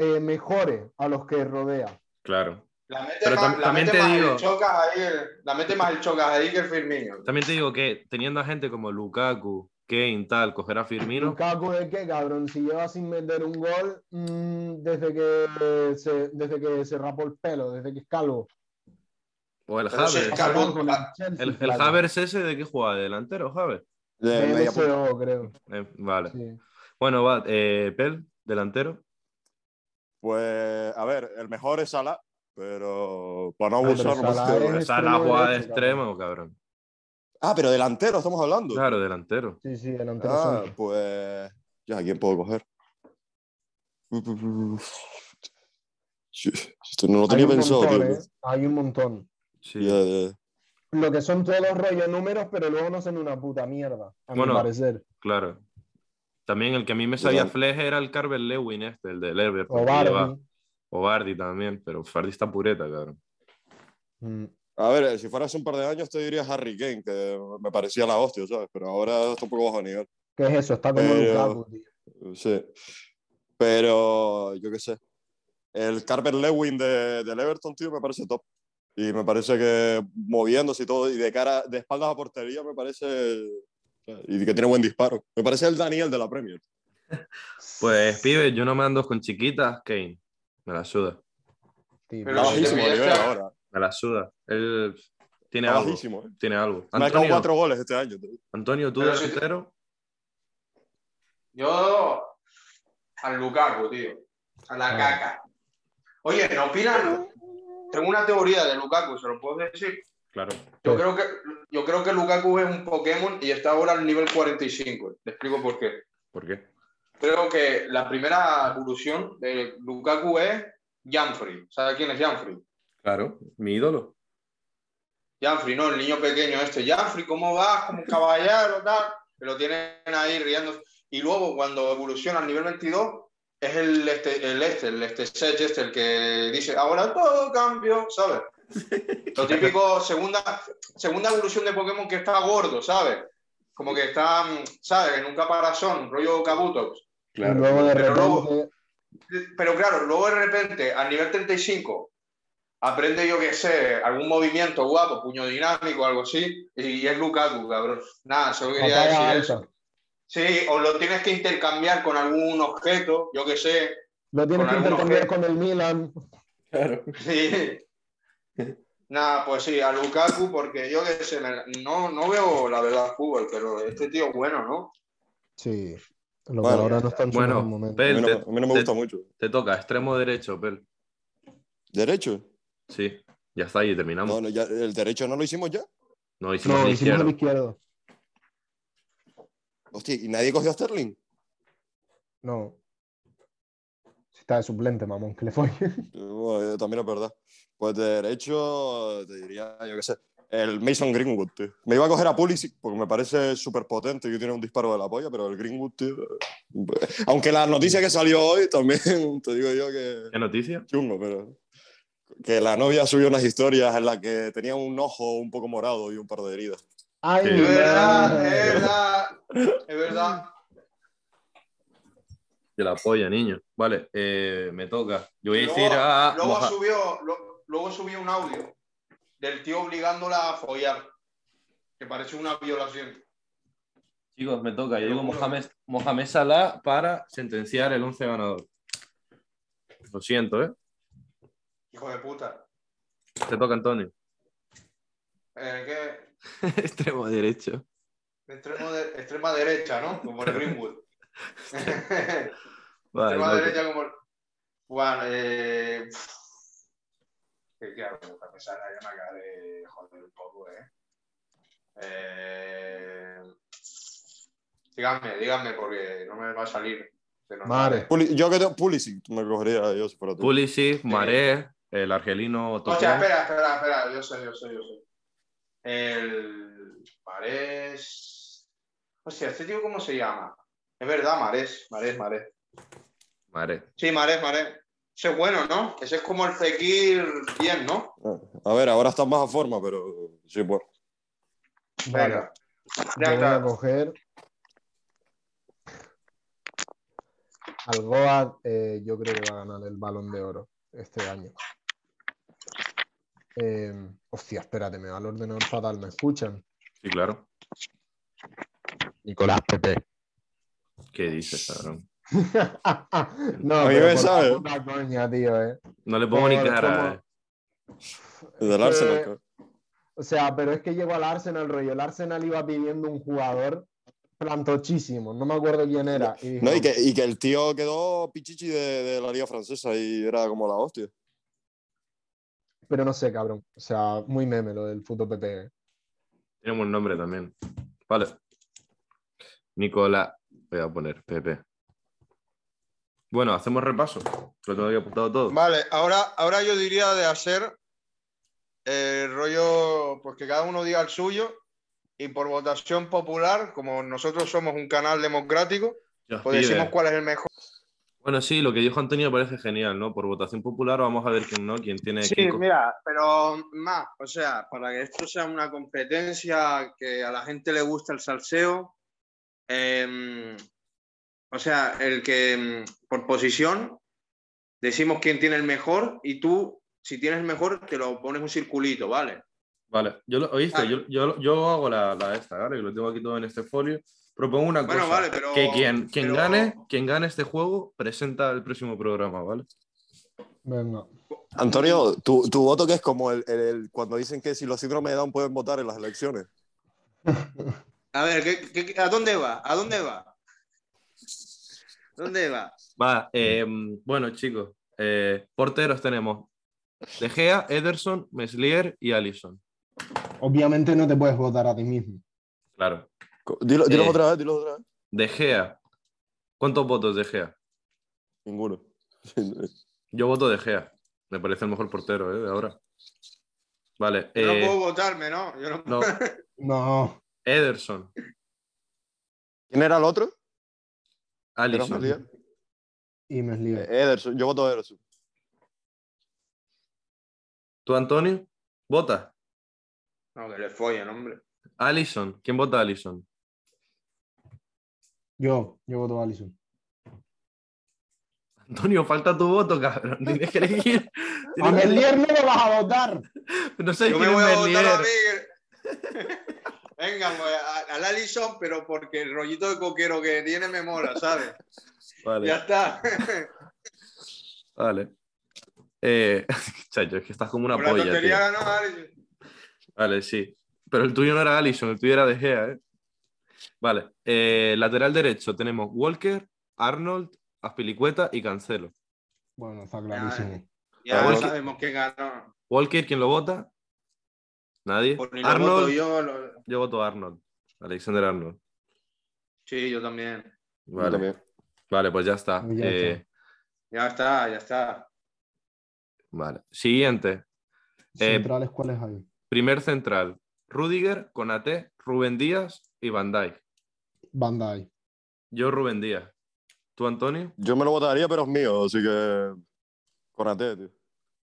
eh, mejore a los que rodea. claro. La mete Pero más, tam- la también mete te más digo- el chocas ahí, el- la mete más el chocas ahí que el Firmino. También te digo que teniendo a gente como Lukaku, Kane, tal, coger a Firmino, Lukaku es que, cabrón, si lleva sin meter un gol mm, desde, que se, desde que se rapó el pelo, desde que es calvo. o el Pero si Havertz. es calvo, Con el ah, Chelsea, El, el claro. Havertz ese de qué juega, ¿De delantero, Havertz. De De media punta. LSO, creo. Eh, vale. sí. Bueno, va, eh, Pel, delantero. Pues, a ver, el mejor es Salah, pero para no Ah, pero abusar. no Salah es- puedo- Pero esa es extremo la jugada de derecho, extremo, cabrón. Ah, pero delantero estamos hablando. Claro, delantero. Sí, sí, delantero Ah, centro. pues, ya, ¿a quién puedo coger? Sí, esto no lo Hay tenía un pensado, montón, tío. ¿eh? Hay un montón. Sí. Ya, ya, ya. Lo que son todos los rollos números, pero luego no son una puta mierda, a Bueno. mi parecer. Claro. También el que a mí me sabía Yo- Fleje era el Carver Lewin, este, el del Everton. O que lleva- Barbie. O Bardi también, pero Bardi está pureta, cabrón. Mm, A ver, eh, si fuera hace un par de años te diría Harry Kane, que me parecía la hostia, ¿sabes? Pero ahora está un poco bajo de nivel. ¿Qué es eso? Está como Pero- Lukaku, tío. Sí. Pero yo qué sé. El Carver Lewin de, del Everton, tío, me parece top. Y me parece que moviéndose y todo, y de cara, de espaldas a portería, me parece. Y que tiene buen disparo. Me parece el Daniel de la Premier. Pues, pibe, yo no me ando con chiquitas, Kane. Me la suda. Tío, Pero Está si bajísimo te el nivel pillas- ahora. Me la suda. Él tiene Está algo. bajísimo. ¿eh? Tiene algo. Me ha dejado Antonio, cuatro goles este año. tío. Antonio, tú Pero si- delantero. Yo al Lukaku, tío. A la Ah. caca. Oye, ¿no opinan? Tengo una teoría de Lukaku, ¿se lo puedo decir? Claro. Yo Sí. creo que, yo creo que Lukaku es un Pokémon y está ahora al nivel 45. Te explico por qué. ¿Por qué? Creo que la primera evolución de Lukaku es Janfrey. ¿Sabes quién es Janfrey? Claro, mi ídolo. Janfrey, no, el niño pequeño este. Janfrey, ¿cómo vas? Como un caballero, tal. Que lo tienen ahí riendo. Y luego, cuando evoluciona al nivel 22, es el este, el este, el este Sech, este, el que dice, ahora todo cambio, ¿sabes? Lo típico, segunda, segunda evolución de Pokémon que está gordo, ¿sabes? Como que está, mm, ¿sabes? En un caparazón, rollo Kabutops. y luego de Pero luego- repente, Pero claro, luego de repente, al nivel 35, aprende, yo qué sé, algún movimiento guapo, puño dinámico, algo así, y es Lukaku, cabrón. Nada, solo quería patada decir eso. alta. Sí, o lo tienes que intercambiar con algún objeto, yo qué sé. Lo tienes Con que algunos intercambiar que- con el Milan. Claro. Sí. Nada, pues sí, a Lukaku, porque yo qué sé, me- no, no veo la verdad fútbol, pero este tío es bueno, ¿no? Sí. Lo que Bueno, ahora no está en su bueno, mejor momento. A Pel, mí, no, te, a mí no me te- gusta mucho. te toca, extremo derecho, Pel. ¿Derecho? Sí, ya está ahí, terminamos. No, no, ya- ¿El derecho no lo hicimos ya? No, hicimos No, el hicimos el izquierdo. izquierdo. Hostia, ¿y nadie cogió a Sterling? No. Está de suplente, mamón, que le fue. Eh, bueno, eh, también es verdad. Pues de derecho, eh, te diría, yo qué sé, el Mason Greenwood, tío. Me iba a coger a Pulisic porque me parece súper potente y tiene un disparo de la polla, pero el Greenwood, tío. eh, Aunque la noticia que salió hoy también, te digo yo que ¿Qué noticia? chungo, pero. Que la novia subió unas historias en las que tenía un ojo un poco morado y un par de heridas. Ay, Sí. Es mierda. verdad, es verdad, es verdad. De la polla, niño. Vale, eh, me toca. Yo voy a Luego- decir a. Luego Moja- subió, lo- luego subió un audio del tío obligándola a follar, que parece una violación. Chicos, me toca. Yo digo Mohamed, Mohamed Salah para sentenciar el 11 ganador. Lo siento, ¿eh? Hijo de puta. Te toca, Antonio. Eh, extremo derecho. ¿qué? Extremo de- extrema derecha, ¿no? Como el Greenwood. extrema Vale, loco. derecha como el... Bueno, eh... pff. ¿Qué qué hago? A pesar de que me acaba de joder un poco, ¿eh? eh... Díganme, díganme, porque no me va a salir. Pero no. Madre. Puli- yo que tengo Pulisic, me cogería yo si fuera tú. Pulisic, Maré, el argelino O Totó. sea, espera, espera, espera, yo sé, yo sé, yo sé. El Marés. Hostia, ¿este tío cómo se llama? Es verdad, Marés, Marés, Marés. Maré. Sí, Marés, Marés. Ese es bueno, ¿no? Ese es como el Fekir 10, ¿no? A ver, ahora estás más a forma, pero sí, pues. Vale, Venga. yo Ya voy a está. coger. Al Goat, eh, yo creo que va a ganar el balón de oro este año. Eh, hostia, espérate, me va el ordenador fatal, ¿me escuchan? Sí, claro. Nicolás Pepe. ¿Qué dices, cabrón? no, A mí pero me por sabe. la puta coña, tío, eh. No le pongo ni Por cara. cómo- eh. Del Arsenal. claro. O sea, pero es que llegó al Arsenal, rollo. El Arsenal iba pidiendo un jugador plantochísimo, no me acuerdo quién era. Y dijo, No, y que, y que el tío quedó pichichi de, de la liga francesa y era como la hostia. Pero no sé, cabrón. O sea, muy meme lo del puto PP. eh. Tiene buen nombre también. Vale. Nicola, voy a poner Pepe. Bueno, hacemos repaso. Lo tengo aquí apuntado todo. Vale, ahora, ahora yo diría de hacer el rollo, pues que cada uno diga el suyo y por votación popular, como nosotros somos un canal democrático, Dios, pues decimos pibe. cuál es el mejor. Bueno, sí, lo que dijo Antonio parece genial, ¿no? Por votación popular vamos a ver quién no, quién tiene... Sí, quién co- mira, pero más, o sea, para que esto sea una competencia que a la gente le gusta el salseo, em, o sea, el que em, por posición decimos quién tiene el mejor y tú, si tienes el mejor, te lo pones un circulito, ¿vale? Vale, yo lo, oíste, Ah. yo, yo, yo hago la, la esta, ¿vale? Que lo tengo aquí todo en este folio. Propongo una Bueno, cosa, vale, pero- que quien, quien, pero- gane, quien gane este juego presenta el próximo programa, ¿vale? Venga. Antonio, tu, tu voto que es como el, el- el- cuando dicen que si los síndromes de Down pueden votar en las elecciones. A ver, ¿qué- qué- qué- a dónde va? ¿A dónde va? ¿Dónde va? Va, eh, bueno, chicos, eh, porteros tenemos De Gea, Ederson, Meslier y Allison. Obviamente no te puedes votar a ti mismo. Claro. Co- Dilo, dilo Eh. otra vez, dilo otra vez. De Gea. ¿Cuántos votos De Gea? Ninguno. Yo voto De Gea. Me parece el mejor portero, ¿eh? De ahora. Vale. Yo eh, no puedo votarme, ¿no? Yo no no, No. Ederson, ¿Quién era el otro? ¿Era Allison. Meslier? Y me Eh, lío. Ederson, yo voto a Ederson. ¿Tú, Antonio? ¿Vota? No, que le follen, hombre. Allison. ¿Quién vota a Allison? Yo, yo voto a Alison. Antonio, falta tu voto, cabrón. Tienes que elegir. A Tienes que elegir. Melier no lo vas a votar. No sé Yo quién me es voy a votar a Meslier. mí. Venga, pues, a- al Allison, pero porque el rollito de coquero que tiene me mola, ¿sabes? Ya Vale, está. vale. Eh, chacho, es que estás como una Por la polla, tío. tontería ganó Allison. Vale, sí. Pero el tuyo no era Allison, el tuyo era De Gea, ¿eh? Vale. eh, lateral derecho tenemos Walker, Arnold, Aspilicueta y Cancelo. Bueno, está clarísimo. eh. Ya Pero- sabemos quién ganó. Walker, ¿quién lo vota? Nadie. Pues ni lo voto Arnold, yo. yo. lo- voto a Arnold. Alexander Arnold. Sí, yo también. Yo Vale, también. vale pues ya está. Ya Eh, está. Ya está, ya está. Vale. Siguiente. Eh, ¿Centrales cuáles hay? Primer central. Rudiger, Conate, Rubén Díaz y Van Dijk. Bandai. Yo Rubén Díaz. ¿Tú, Antonio? Yo me lo votaría, pero es mío, así que. Conate, tío.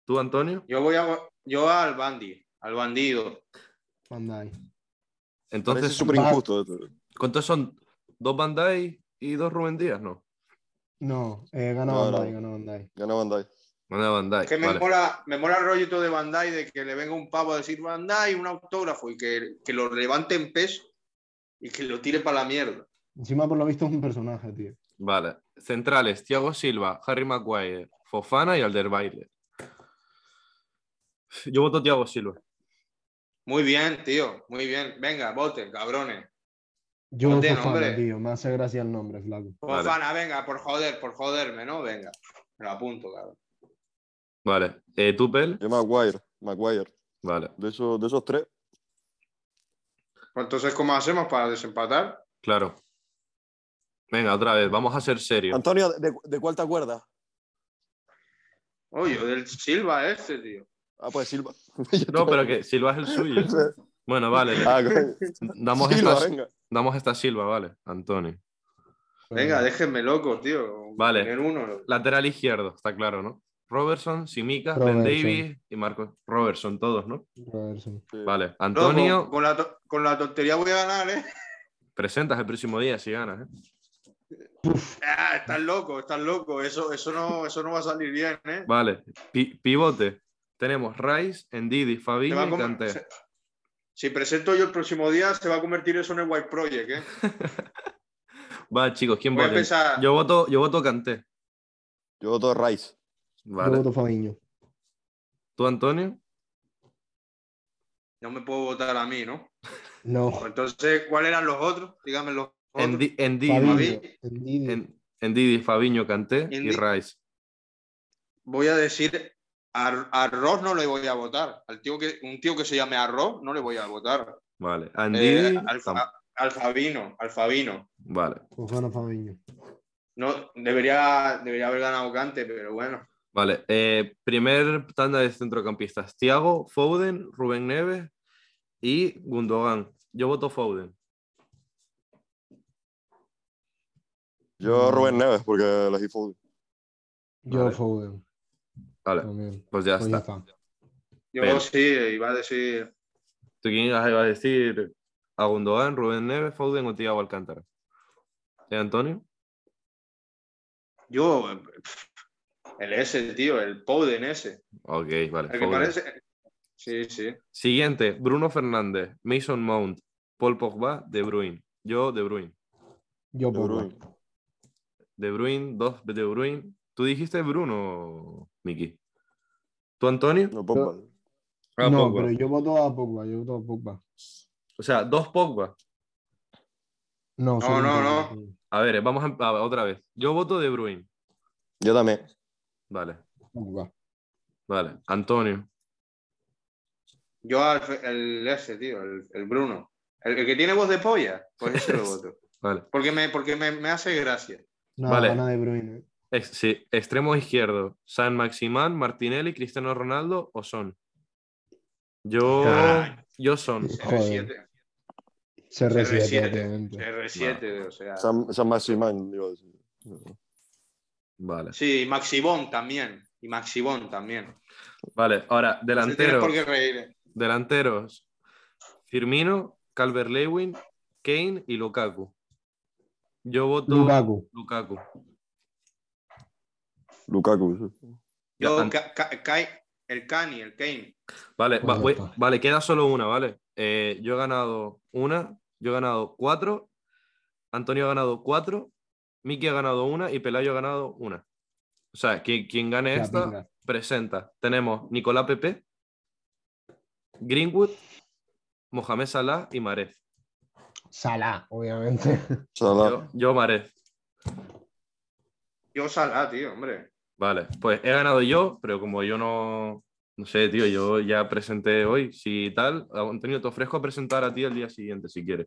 ¿Tú, Antonio? Yo voy a yo al Bandi, al bandido. Bandai. Parece Entonces, súper va- injusto. esto. ¿Cuántos son? ¿Dos Van Dijk y dos Rubén Díaz? No. No, eh, gana No, no. Bandai, gana Bandai. Gana Van Dijk. Una Van Dijk. Que me, vale. mola, me mola el rollito de Bandai de que le venga un pavo a decir Bandai, un autógrafo y que, que lo levante en peso y que lo tire para la mierda. Encima, por lo visto, es un personaje, tío. Vale. Centrales, Thiago Silva, Harry Maguire, Fofana y Alderweireld. Yo voto Thiago Silva. Muy bien, tío, muy bien. Venga, voten, cabrones. Yo Ponte Fofana, nombre. tío. Me hace gracia el nombre, flaco. Vale. Fofana, venga, por joder, por joderme, ¿no? Venga, me lo apunto, cabrón. Vale. Eh, ¿Tú, Pel? Yo Maguire. Maguire. Vale. De esos, de esos tres. Pues entonces, ¿cómo hacemos para desempatar? Claro. Venga, otra vez. Vamos a ser serios. Antonio, ¿de, de cuál te acuerdas? Oye, del Silva este, tío. Ah, pues Silva. No, pero que Silva es el suyo. Bueno, vale. le- Ah, coño. Damos, Silva, esta, venga. damos esta Silva, vale. Antonio. Venga, déjenme loco, tío. Vale. Tener uno. Lateral izquierdo, está claro, ¿no? Robertson, Simica, Ben Robertson. Davis y Marcos Robertson, todos, ¿no? Robertson. Sí. Vale. No, con- Antonio, con, la to- con la tontería voy a ganar, ¿eh? presentas el próximo día si ganas, ¿eh? Ah, estás loco, estás loco. Eso, eso, no, eso no va a salir bien, ¿eh? Vale. Pi- pivote. Tenemos Rice, Ndidi, Se va Fabinho a y comer- Kanté. se- si presento yo el próximo día, se va a convertir eso en el White Project, ¿eh? Va, chicos, ¿quién Voy a vota? empezar. Yo voto, yo voto Kanté. Yo voto Rice. Yo Vale. voto Fabiño. ¿Tú, Antonio? No me puedo votar a mí, ¿no? No. Pues Entonces, ¿cuáles eran los otros? Dígame los otros. Ndi- Ndidi, Fabiño. Ndidi. En- Ndidi, Fabinho, Kanté y Ndi- Rice. voy a decir a, a Ross no le voy a votar. Al tío que, un tío que se llame Arroz no le voy a votar. Vale. A Eh, Ndidi, al, tam- a- al Fabino, al Fabino. Vale. Pues gana Fabiño. No, debería, debería haber ganado Cante, pero bueno. Vale, eh, primer tanda de centrocampistas. Thiago, Foden, Rubén Neves y Gundogan. Yo voto Foden. Mm. Yo Rubén Neves, porque elegí Foden. Yo Vale. Foden. Vale, También. pues ya Pues ya está. está. Yo Pero- sí, iba a decir. ¿Tú quién ibas a decir? ¿A Gundogan, Rubén Neves, Foden o Thiago Alcántara? ¿Eh, Antonio? Yo. eh, El S, tío, el Poden ese. Ok, vale. El que Foden. parece. Sí, sí. Siguiente, Bruno Fernández, Mason Mount, Paul Pogba, De Bruyne. Yo, De Bruyne. Yo De Pogba. Bruyne. De Bruyne, dos De Bruyne. ¿Tú dijiste Bruno, Miki? ¿Tú, Antonio? No, Pogba. Ah, No, Pogba. pero yo voto a Pogba. Yo voto a Pogba. O sea, dos Pogba. No, No, solo no, Pogba. A ver, vamos a, a- otra vez. Yo voto De Bruyne. Yo también. Vale, Pogba. vale. Antonio. Yo al fe- el S, tío, el, el Bruno. El, el que tiene voz de polla, pues ese lo voto. Vale. Porque me, porque me, me hace gracia. No, Vale. gana De Bruyne. ¿eh? Ex- sí, extremo izquierdo. San Maximán, Martinelli, Cristiano Ronaldo o Son. Yo, Ay. yo Son. R7. CR7, CR7, obviamente. R7, o sea. San, San Maximán, digo. Vale. Sí, y Maxibón también. Y Maxibón también. Vale, ahora, No tienes delantero. por qué reír. Delanteros. Firmino, Calvert Lewin, Kane y Lukaku. Yo voto Lukaku. Lukaku. Lukaku. Yo, Ya, Ca- Ca- Kai- el Cani, el Kane. Vale, va- Bueno, voy- está. vale, queda solo una, ¿vale? Eh, yo he ganado una, yo he ganado cuatro, Antonio ha ganado cuatro, Miki ha ganado una y Pelayo ha ganado una. O sea, quien, quien gane La esta pinga. presenta. Tenemos Nicolás Pepe, Greenwood, Mohamed Salah y Marez. Salah, obviamente. Salah. Yo, yo Marez. Yo Salah, tío, hombre. Vale, pues he ganado yo, pero como yo no, no sé, tío, yo ya presenté hoy, si tal, Antonio, te ofrezco presentar a ti el día siguiente, si quieres.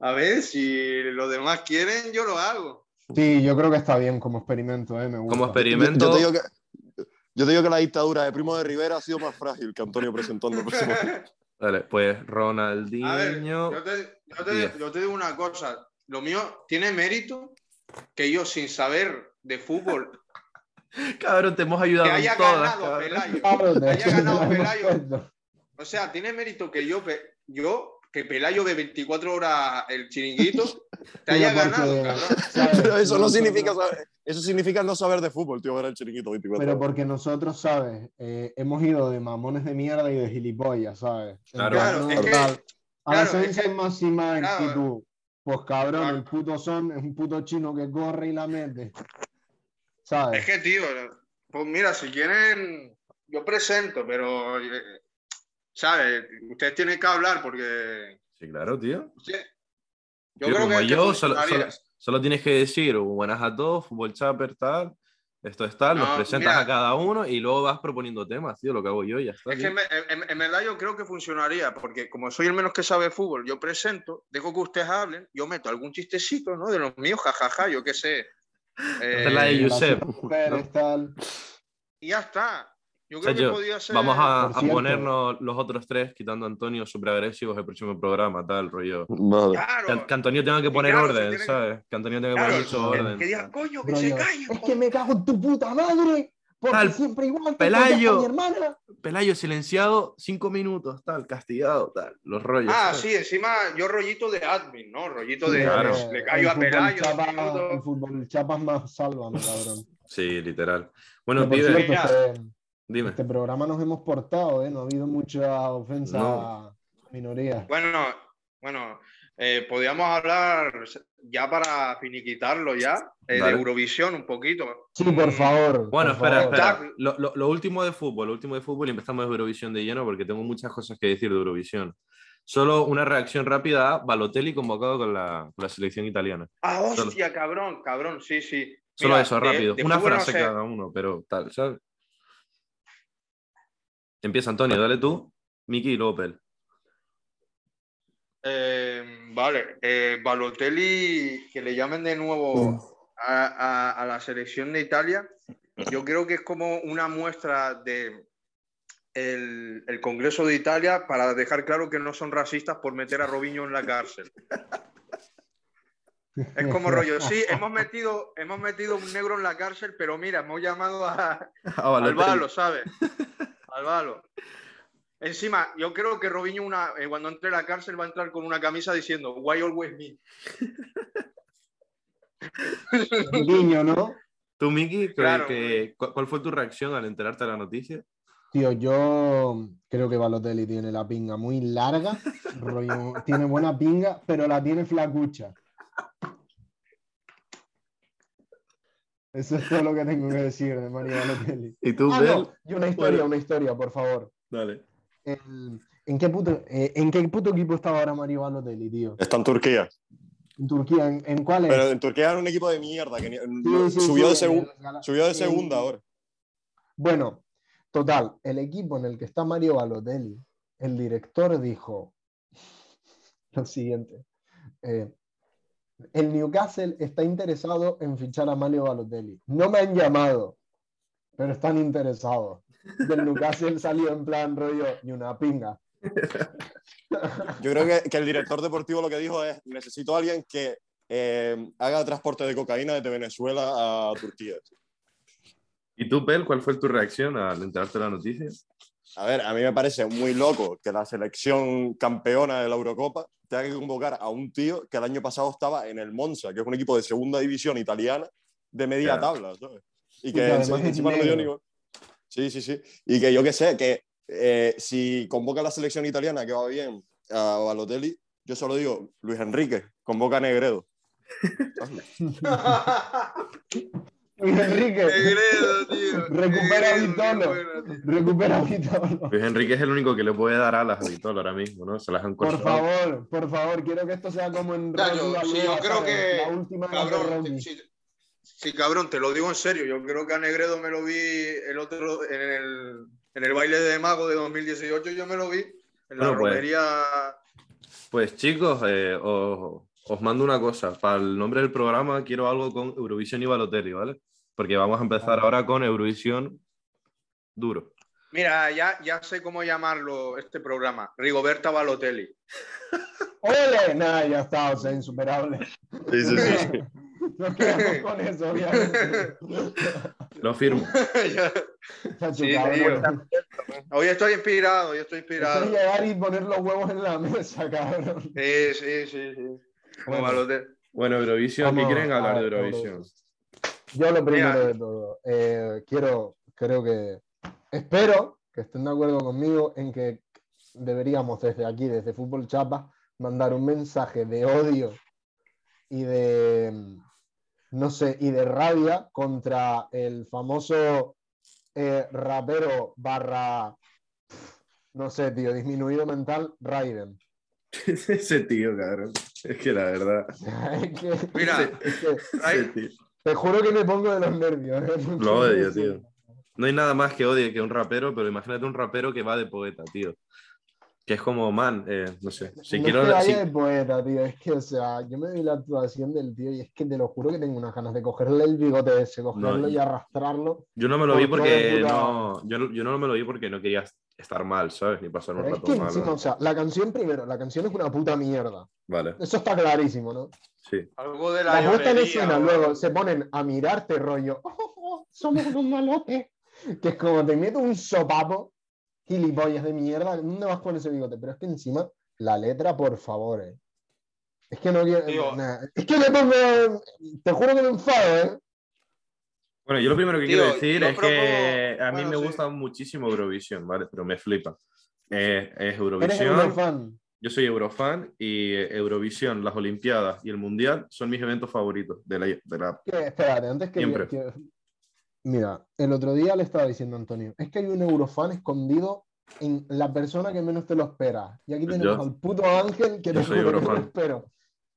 A ver, si los demás quieren, yo lo hago. Sí, yo creo que está bien como experimento, ¿eh? Me gusta. Como Yo- experimento... Yo, te digo que, yo te digo que la dictadura de Primo de Rivera ha sido más frágil que Antonio presentando. Vale, pues A ver, Ronaldinho. yo te, yo te- Diez. yo te digo una cosa. Lo mío tiene mérito que yo, sin saber de fútbol, Cabrón, te hemos ayudado que en haya todas. ganado cabrón. Pelayo. Claro, de Haya hecho, ganado lo hemos Pelayo. puesto. O sea, tiene mérito que yo, pe- yo que Pelayo de 24 horas el chiringuito, te haya Una parte ganado, de- cabrón. ¿sabes? Pero eso no Nosotros- significa saber- Eso significa no saber de fútbol, tío, ver el chiringuito 24 Pero horas. porque nosotros, ¿sabes? Eh, hemos ido de mamones de mierda y de gilipollas, ¿sabes? Claro. Claro, Entonces, es que- tal. Ahora claro, se es dice que- máxima en claro. actitud. Pues cabrón, Claro. el puto son es un puto chino que corre y la mete. ¿Sabes? Es que, tío, pues mira, si quieren, yo presento, pero, eh, ¿sabes? Ustedes tienen que hablar porque... Sí, claro, tío. usted- Yo como el yo, solo, funcionaría- solo- solo tienes que decir buenas a todos, fútbol chaper, tal. Esto es tal, nos No, presentas mira. a cada uno y luego vas proponiendo temas, tío, lo que hago yo y ya está. Es que tío. en, en- en verdad yo creo que funcionaría, porque como soy el menos que sabe de fútbol, yo presento, dejo que ustedes hablen, yo meto algún chistecito, ¿no? De los míos, jajaja, yo qué sé. Esta es la de Eh, Josep. Las mujeres, tal. Y ya está. Yo O sea, creo que yo- podía ser. Vamos a, Por a cierto. ponernos los otros tres, quitando a Antonio, superagresivos el próximo programa, tal, rollo. Vale. Que, Claro. que Antonio tenga que Y poner claro, se orden, tiene que- ¿sabes? Que Antonio tenga que claro, poner mucho que- orden. Que digan, coño, que Rollo, se callen. Es que me cago en tu puta madre. Porque Tal, siempre igual te Pelayo. contesta mi hermana. Pelayo silenciado, cinco minutos, tal, castigado, tal, los rollos. Ah, ¿sabes? sí, encima yo rollito de admin, ¿no? Rollito de. Claro. Eh, Le el callo a fútbol Pelayo. chapa- dos minutos. el fútbol chapas más salva, cabrón. Sí, literal. Bueno, Que, por pibe, cierto, mira. este- dime. este programa nos hemos portado, ¿eh? No ha habido mucha ofensa No. a minorías. Bueno, bueno, eh, podíamos hablar ya para finiquitarlo ya, eh, de Vale. Eurovisión un poquito. Mm. Sí, por favor. Eh, Bueno, por espera, favor. espera. Lo, lo- lo último de fútbol, lo último de fútbol y empezamos Eurovisión de lleno porque tengo muchas cosas que decir de Eurovisión. Solo una reacción rápida a Balotelli convocado con la, con la selección italiana. Ah, Solo- hostia, cabrón, cabrón, sí, sí. Solo Mira, eso, de- rápido. de una fútbol no frase sé. cada uno, pero tal, ¿sabes? Empieza Antonio, dale tú, Miki y luego Pel. Eh, vale, eh, Balotelli, que le llamen de nuevo a, a- a la selección de Italia, yo creo que es como una muestra de el, el Congreso de Italia para dejar claro que no son racistas por meter a Robinho en la cárcel. Es como rollo, sí, hemos metido, hemos metido un negro en la cárcel, pero mira, hemos llamado a, Ah, vale, al balo, ¿sabes? Al balo. Encima, yo creo que Robinho una, eh, cuando entre a la cárcel va a entrar con una camisa diciendo Why always me? Un guiño, ¿no? Tú, Miki, que- Claro, que- cu- ¿cuál fue tu reacción al enterarte de la noticia? Tío, yo creo que Balotelli tiene la pinga muy larga, rollo, tiene buena pinga, pero la tiene flacucha. Eso es todo lo que tengo que decir de Mario Balotelli. ¿Y tú, Ah, Bel? no, y una historia, una historia, por favor. Dale. El- ¿en, qué puto, eh, ¿En qué puto equipo estaba ahora Mario Balotelli, tío? Está en Turquía. ¿En Turquía? ¿En, en cuál es? Pero en Turquía era un equipo de mierda. Que ni- Sí, no- sí, subió, sí, de segun- en las gala- subió de en- segunda ahora. Bueno, total, el equipo en el que está Mario Balotelli, el director dijo lo siguiente. eh, el Newcastle está interesado en fichar a Mario Balotelli. No me han llamado, pero están interesados. Del Newcastle salió en plan rollo y una pinga. Yo creo que, que el director deportivo lo que dijo es: necesito a alguien que eh, haga transporte de cocaína desde Venezuela a Turquía. ¿Y tú, Bel, cuál fue tu reacción al enterarte de la noticia? A ver, a mí me parece muy loco que la selección campeona de la Eurocopa tenga que convocar a un tío que el año pasado estaba en el Monza, que es un equipo de segunda división italiana de media Claro. tabla, ¿sabes? Y Y que que además ense- es encima no dio ni negro. gol. Sí, sí, sí. Y que yo qué sé, que eh, si convoca a la selección italiana, que va bien, a Balotelli, yo solo digo, Luis Enrique, convoca a Negredo. Luis Enrique, Negredo, tío. Recupera Negredo, qué Vitolo. buena, tío. recupera mi todo. Luis Enrique es el único que le puede dar alas a Vitolo ahora mismo, ¿no? Se las han Por cortado. favor, por favor, quiero que esto sea como en Claro, Rocky sí, Balboa, yo creo ¿sabes? que- la última de Cabrón, Rocky. te- sí, sí, cabrón, te lo digo en serio. Yo creo que a Negredo me lo vi el otro en el, en el baile de mago de 2018. Yo me lo vi en la Bueno, pues. romería. Pues chicos, eh, os, os mando una cosa. Para el nombre del programa quiero algo con Eurovisión y Balotelli, ¿vale? Porque vamos a empezar ahora con Eurovisión duro. Mira, ya, ya sé cómo llamarlo este programa. Rigoberta Balotelli. ¡Ole! Nada, ya está, o sea, insuperable. Sí, sí, sí. Nos quedamos con eso, obviamente. Lo firmo. Ya. Chacho, Sí, cabrón. tío. hoy estoy inspirado, hoy estoy Eso es inspirado. llegar y poner los huevos en la mesa, cabrón. Sí, sí, sí. sí. Como Bueno. Balotelli. Bueno, Eurovisión, ¿qué Vamos quieren hablar a de ver, Eurovisión? Yo lo primero Mira. de todo, eh, quiero, creo que, espero que estén de acuerdo conmigo en que deberíamos desde aquí, desde Fútbol Chapa, mandar un mensaje de odio y de, mm, no sé, y de rabia contra el famoso eh, rapero barra, no sé, tío, disminuido mental, Raiden. Ese tío, cabrón. Es que la verdad. Es que- Mira, es que Ray- ese tío. te juro que me pongo de los nervios. ¿eh? Lo odio, tío. No hay nada más que odie que un rapero, pero imagínate un rapero que va de poeta, tío. Que es como, man, eh, no sé. Si no quiero. es que vaya si- de poeta, tío. Es que, o sea, yo me vi la actuación del tío y es que te lo juro que tengo unas ganas de cogerle el bigote ese, cogerlo No, y arrastrarlo. Yo no me lo Por vi todo porque el puto- no, yo, no- yo no me lo vi porque no quería estar mal, ¿sabes? Ni pasar un Pero es rato que malo. encima, o sea, la canción primero, la canción es una puta mierda. Vale, Eso está clarísimo, ¿no? sí. algo de la, La puesta en llorería, escena, bro. luego se ponen a mirarte rollo, "Oh, oh, oh, somos unos malotes. Que es como te meto un sopapo, gilipollas de mierda, ¿dónde vas con ese bigote? Pero es que encima, la letra, por favor, eh. Es que no quiero. Tío. nah, Es que me pongo. Te juro que me enfado, eh. Bueno, yo lo primero que Tío, quiero decir yo es que propongo- a mí bueno, me sí. gusta muchísimo Eurovisión, ¿vale? Pero me flipa. Eh, es Eres Eurovisión, un fan. yo soy Eurofan y eh, Eurovisión, las Olimpiadas y el Mundial son mis eventos favoritos de la, de la- Que, espérate, antes que, Siempre. que- Mira, el otro día le estaba diciendo a Antonio, es que hay un eurofan escondido en la persona que menos te lo espera. Y aquí Yo- tenemos al puto Ángel que yo te soy juro que eurofan. no espero.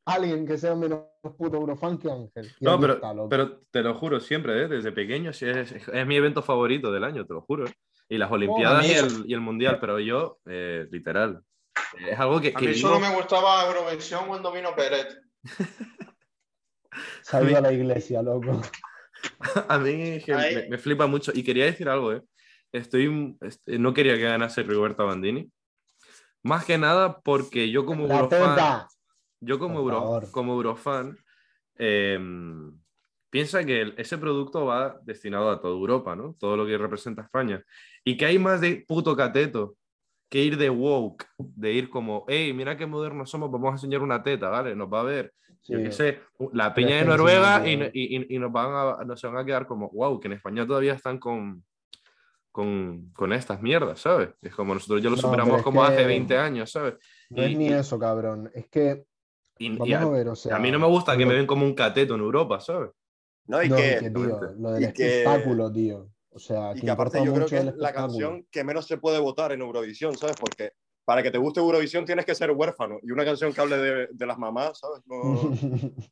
Alguien que sea menos puto eurofan que Ángel. Y No, aquí pero, está, loco. pero te lo juro siempre, ¿eh? desde pequeño sí es, es- es mi evento favorito del año, te lo juro. ¿eh? Y las Olimpiadas y mí- el, y el Mundial, pero yo, eh, literal, eh, es algo que, A que mí vivo- solo me gustaba Eurovisión cuando vino Peret. Se ha ido a la iglesia, loco. A mí es que Ahí. me, me flipa mucho. Y quería decir algo, ¿eh? Estoy, este, no quería que ganase Roberta Bandini. Más que nada porque yo como La Eurofan, teta. yo como, Por Euro- favor. como Eurofan eh, piensa que el- ese producto va destinado a toda Europa, ¿no? Todo lo que representa España. Y que hay más de puto cateto que ir de woke, de ir como, hey, mira qué modernos somos, vamos a enseñar una teta, ¿vale? Nos va a ver, yo qué sé, la Pero piña de es que encima Noruega y, que- y- y- y nos van a, nos se van a quedar como, wow, que en España todavía están con, con, con estas mierdas, ¿sabes? Es como nosotros ya lo No, pero superamos es como que- hace 20 años, ¿sabes? No es Y- ni y- eso, cabrón. Es que, y- y vamos a, a ver, o sea. a mí no me gusta que lo- me ven como un cateto en Europa, ¿sabes? No, y no, que, y que, tío, lo del y que- espectáculo, tío. O sea, y que que aparte importa yo creo mucho que el es la espectáculo. canción que menos se puede votar en Eurovisión, ¿sabes? Porque para que te guste Eurovisión tienes que ser huérfano. Y una canción que hable de, de las mamás, ¿sabes? No-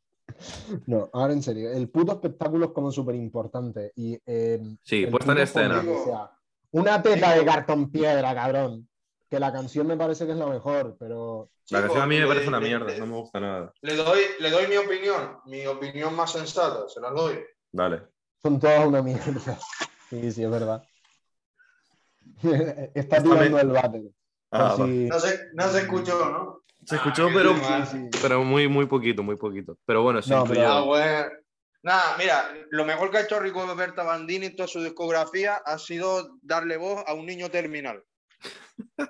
No, ahora en serio, el puto espectáculo es como súper importante. Y, eh, Sí, el puesta en puto escena. contenido, o sea, una teta de cartón piedra, cabrón. Que la canción me parece que es la mejor, pero La Chicos, canción a mí me le- parece una le- mierda, le- no me gusta nada. Le doy, le doy mi opinión, mi opinión más sensata, se las doy. Dale. son todas una mierda. Sí, sí, es verdad. Está Esta me- tirando el váter. Ah, Pero sí, No se, no se escuchó, ¿no? Ah, Se escuchó, qué pero, mal. pero muy, muy poquito, muy poquito. Pero bueno, sí. No, tú pero- ya- Ah, bueno. Nada, mira, lo mejor que ha hecho Rigoberta Bandini en toda su discografía ha sido darle voz a un niño terminal. no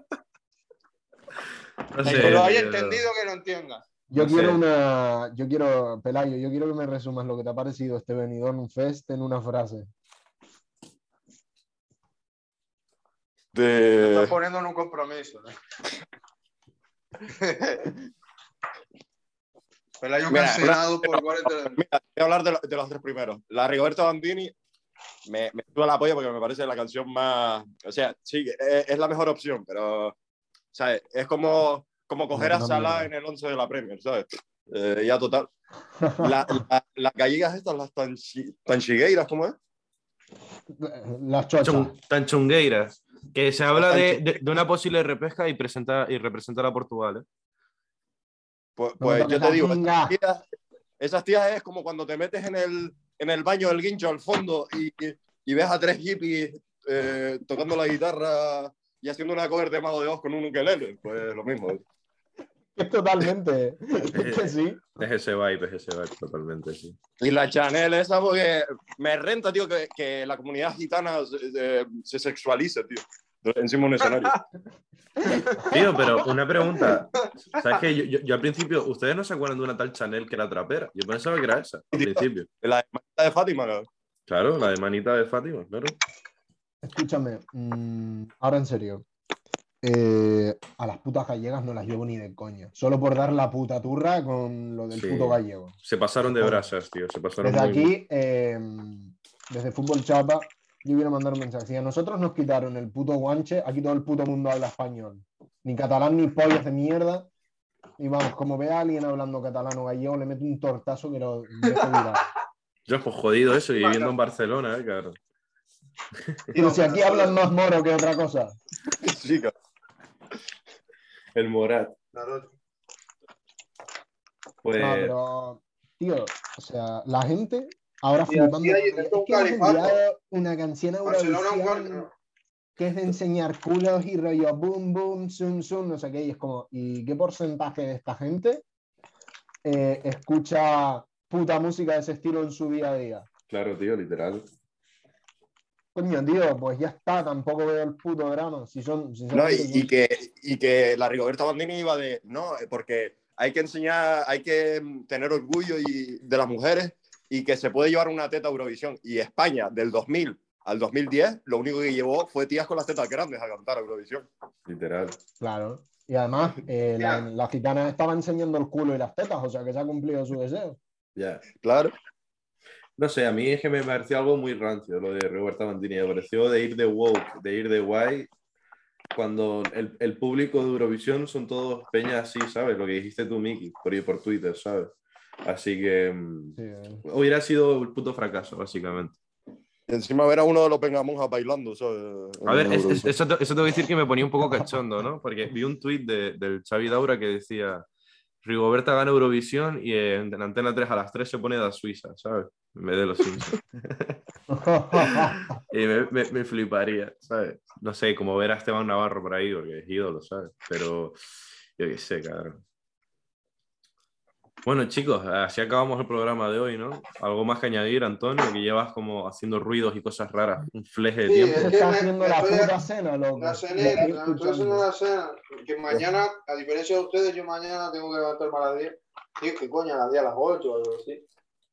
El sé, eh, que lo haya yo- entendido, que lo entienda. Yo No quiero sé. una. Yo quiero, Pelayo, yo quiero que me resumas lo que te ha parecido este Benidorm Fest en una frase. de- Eh. Está poniendo en un compromiso. ¿no? Pelayo Mira, cancelado por cuarenta de- Mira, voy a hablar de, lo- de los tres primeros. La Rigoberta Bandini me, me sube la polla porque me parece la canción más. O sea, sí, eh, es, es la mejor opción, pero. ¿Sabes? Es como, como coger a No, no, Salah no. en el 11 de la Premier, ¿sabes? Eh, ya total. La- la- las gallegas estas, las tanchi- tanchigueiras, ¿cómo es? Las chochas. Chun- tan chungueiras. Que se habla Tan de, de- de una posible repesca y, presenta, y representar a Portugal. ¿eh? Pues, No pues me toques yo la te digo, pinga. esas tías, esas tías es como cuando te metes en el, en el baño del guincho al fondo y, y ves a tres hippies eh, tocando la guitarra y haciendo una cover de Mago de Oz con un ukelele. Pues lo mismo. Es totalmente. Es que sí. Es ese vibe, es ese vibe totalmente, sí. Y la Chanel esa porque me renta, tío, que, que la comunidad gitana se, se- se sexualice, tío. Encima de un escenario. Tío, pero una pregunta. ¿Sabes qué? Yo, yo- yo al principio, ¿ustedes no se acuerdan de una tal Chanel que era trapera? Yo pensaba que era esa, al principio. La hermanita de Fátima, cabrón. Claro, la de manita de Fátima, claro. Escúchame, mm, ahora en serio. Eh, a las putas gallegas no las llevo ni de coña. Solo por dar la puta turra con lo del Sí. puto gallego. Se pasaron de brasas, tío. Se pasaron Ah. Desde muy- aquí, eh, desde Fútbol Chapa, yo quiero mandar un mensaje. Si a nosotros nos quitaron el puto guanche, aquí todo el puto mundo habla español. Ni catalán ni pollas de mierda. Y vamos, como ve a alguien hablando catalán o gallego, le meto un tortazo que lo dejo virar. Yo, pues jodido eso, y viviendo en Barcelona, eh, cabrón. Pero si aquí hablan más moro que otra cosa. Sí, cabrón. El Morat. Pues, Este, No, pero, tío, o sea, la gente ahora Y aquí flipando. hay- Es esto es un que hemos califato. enviado una canción a Barcelona, un Eurovisión cual- que es de enseñar culos y rollo boom, boom, zoom, zoom, no sé qué. Y es como, ¿y qué porcentaje de esta gente eh, escucha puta música de ese estilo en su día a día? claro, tío, literal. Coño, tío, pues ya está, tampoco veo el puto drama. Si son, No, sinceramente, y, y que, y que la Rigoberta Bandini iba de, no, porque hay que enseñar, hay que mm, tener orgullo y, de las mujeres y que se puede llevar una teta a Eurovisión. Y España, del 2000 al 2010, lo único que llevó fue tías con las tetas grandes a cantar a Eurovisión. Literal. Claro. Y además, eh, la, Ya. la gitana estaba enseñando el culo y las tetas, o sea que se ha cumplido su deseo. Ya. Claro. No sé, a mí es que me pareció algo muy rancio lo de Roberta Mantini. Me pareció de ir de woke, de ir de guay, cuando el, el público de Eurovisión son todos peñas así, ¿sabes? Lo que dijiste tú, Miki, por, ahí por Twitter, ¿sabes? Así que mm, Sí, eh. hubiera sido el puto fracaso, básicamente. Y encima ver a uno de los Pengamonjas bailando, ¿sabes? A ver, En es- es- Eurovisión. eso, te- eso tengo que decir que me ponía un poco cachondo, ¿no? Porque vi un tuit de- del Xavi Daura que decía Rigoberta gana Eurovisión y en, en Antena 3 a las 3 se pone da Suiza, ¿sabes? En vez de los Simpsons. Y me, me- me fliparía, ¿sabes? No sé, como ver a Esteban Navarro por ahí, porque es ídolo, ¿sabes? Pero yo qué sé, cabrón. Bueno, chicos, así acabamos el programa de hoy, ¿no? Algo más que añadir, Antonio, que llevas como haciendo ruidos y cosas raras, un fleje de Sí, tiempo. es que Está me- haciendo me la estoy- puta cena, loco. La Lo cena, estoy la- nosotros escuchando. hacemos la cena, porque mañana, a diferencia de ustedes, yo mañana tengo que levantarme a las 10. Tío, ¿qué coño? A las 10, a las 8 o algo así.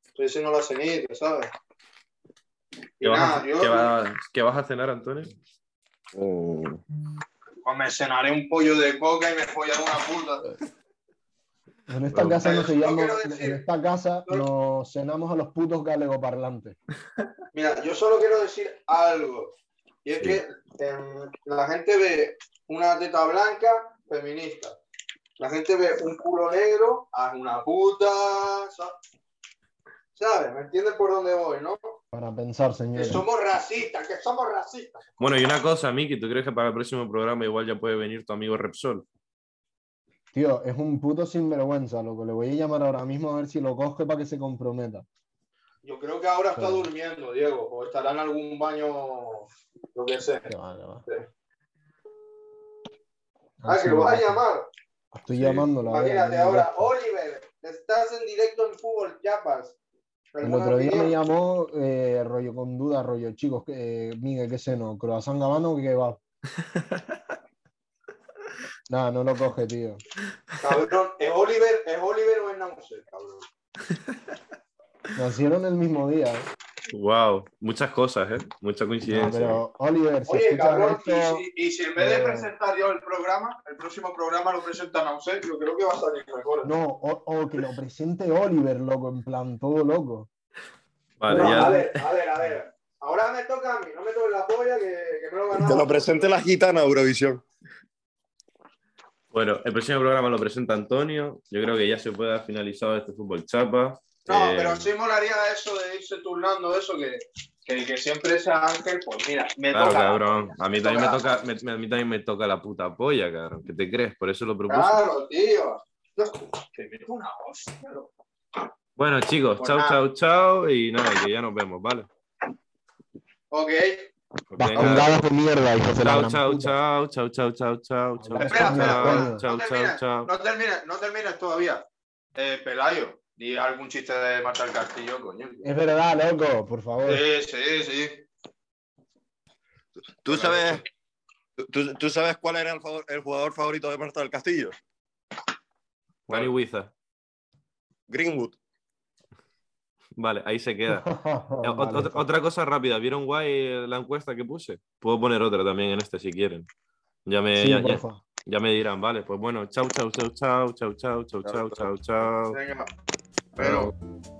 Estoy haciendo la cenita, ¿sabes? Y ¿Qué vas, nada, a, yo qué vas- qué vas a cenar, Antonio? pues, me cenaré un pollo de coca y me follaré una puta. En esta Bueno, casa no se yo llama, quiero decir- en esta casa nos cenamos a los putos galegoparlantes. Mira, yo solo quiero decir algo. Y es Sí. que em, la gente ve una teta blanca feminista. La gente ve un culo negro a una puta. ¿sabes? ¿Sabes? ¿Me entiendes por dónde voy, no? Para pensar, Que señores. somos racistas, que somos racistas. Bueno, y una cosa, Miki, ¿tú crees que para el próximo programa igual ya puede venir tu amigo Repsol? Tío, es un puto sinvergüenza, loco. Le voy a llamar ahora mismo a ver si lo coge para que se comprometa. Yo creo que ahora está Claro. durmiendo, Diego, o estará en algún baño, lo que sea. Que va, que va. Sí. Ah, Ah, sí, que lo vas a loco. llamar. Estoy llamándola. a ver, Imagínate a ver. ahora, Oliver, estás en directo en fútbol, Chiapas. El otro día me llamó eh, rollo con duda, rollo, chicos, que, eh, Miguel, ¿qué seno? ¿Croazán Gabano o qué va? Nada, no lo coge, tío. Cabrón, ¿es Oliver, ¿es Oliver o es Nauce, cabrón? Nacieron el mismo día. ¿eh? Wow, muchas cosas, ¿eh? Mucha No, coincidencia. pero Oliver, si Oye, escuchas cabrón, y esto, si, y si en vez de eh, presentar yo el programa, el próximo programa lo presenta Nauce, yo creo que va a salir mejor. no, o, o que lo presente Oliver, loco, en plan, todo loco. Vale, No, ya. A ver, a ver, a ver. Ahora me toca a mí, no me toques la polla que, que me lo ganaba. Te lo presente la gitana Eurovisión. Bueno, el próximo programa lo presenta Antonio. Yo creo que ya se puede haber finalizado este fútbol chapa. No, Eh, pero sí molaría eso de irse turnando, eso que, que el que siempre sea Ángel, pues mira, me Claro, toca. cabrón. A mí también me toca. toca, me- me- a mí también me toca la puta polla, cabrón. ¿Qué te crees? Por eso lo propuse. Claro, tío. No, que me una hostia, loco. Bueno, chicos, Pues chao, nada. chao, chao. Y nada, que ya nos vemos, ¿vale? Ok. Ok, nada. Bajadas de mierda, hijos de la Pues gran Chao, chao, puta. chao, chao, chao, chao, chao, chao, Espera, chao, espera, espera. chao, No chao, termines. chao. No termines, no termines todavía. Eh, Pelayo, di algún chiste de Marta del Castillo, coño. Es verdad, loco, por favor. Sí, sí, sí. ¿Tú sabes, tú, tú sabes cuál era el, favor- el jugador favorito de Marta del Castillo? Dani Huiza. Greenwood. Vale, ahí se queda. Eh, ot- Vale. otra, otra cosa rápida, ¿vieron guay eh, la encuesta que puse? Puedo poner otra también en este si quieren. Ya me, Sí, Eh, ya- ya- porfa. ya me dirán, vale, pues bueno, chao, chao, chao, chao, chao, chao, chao, chao, chao, chao, chao. Venga. Pero.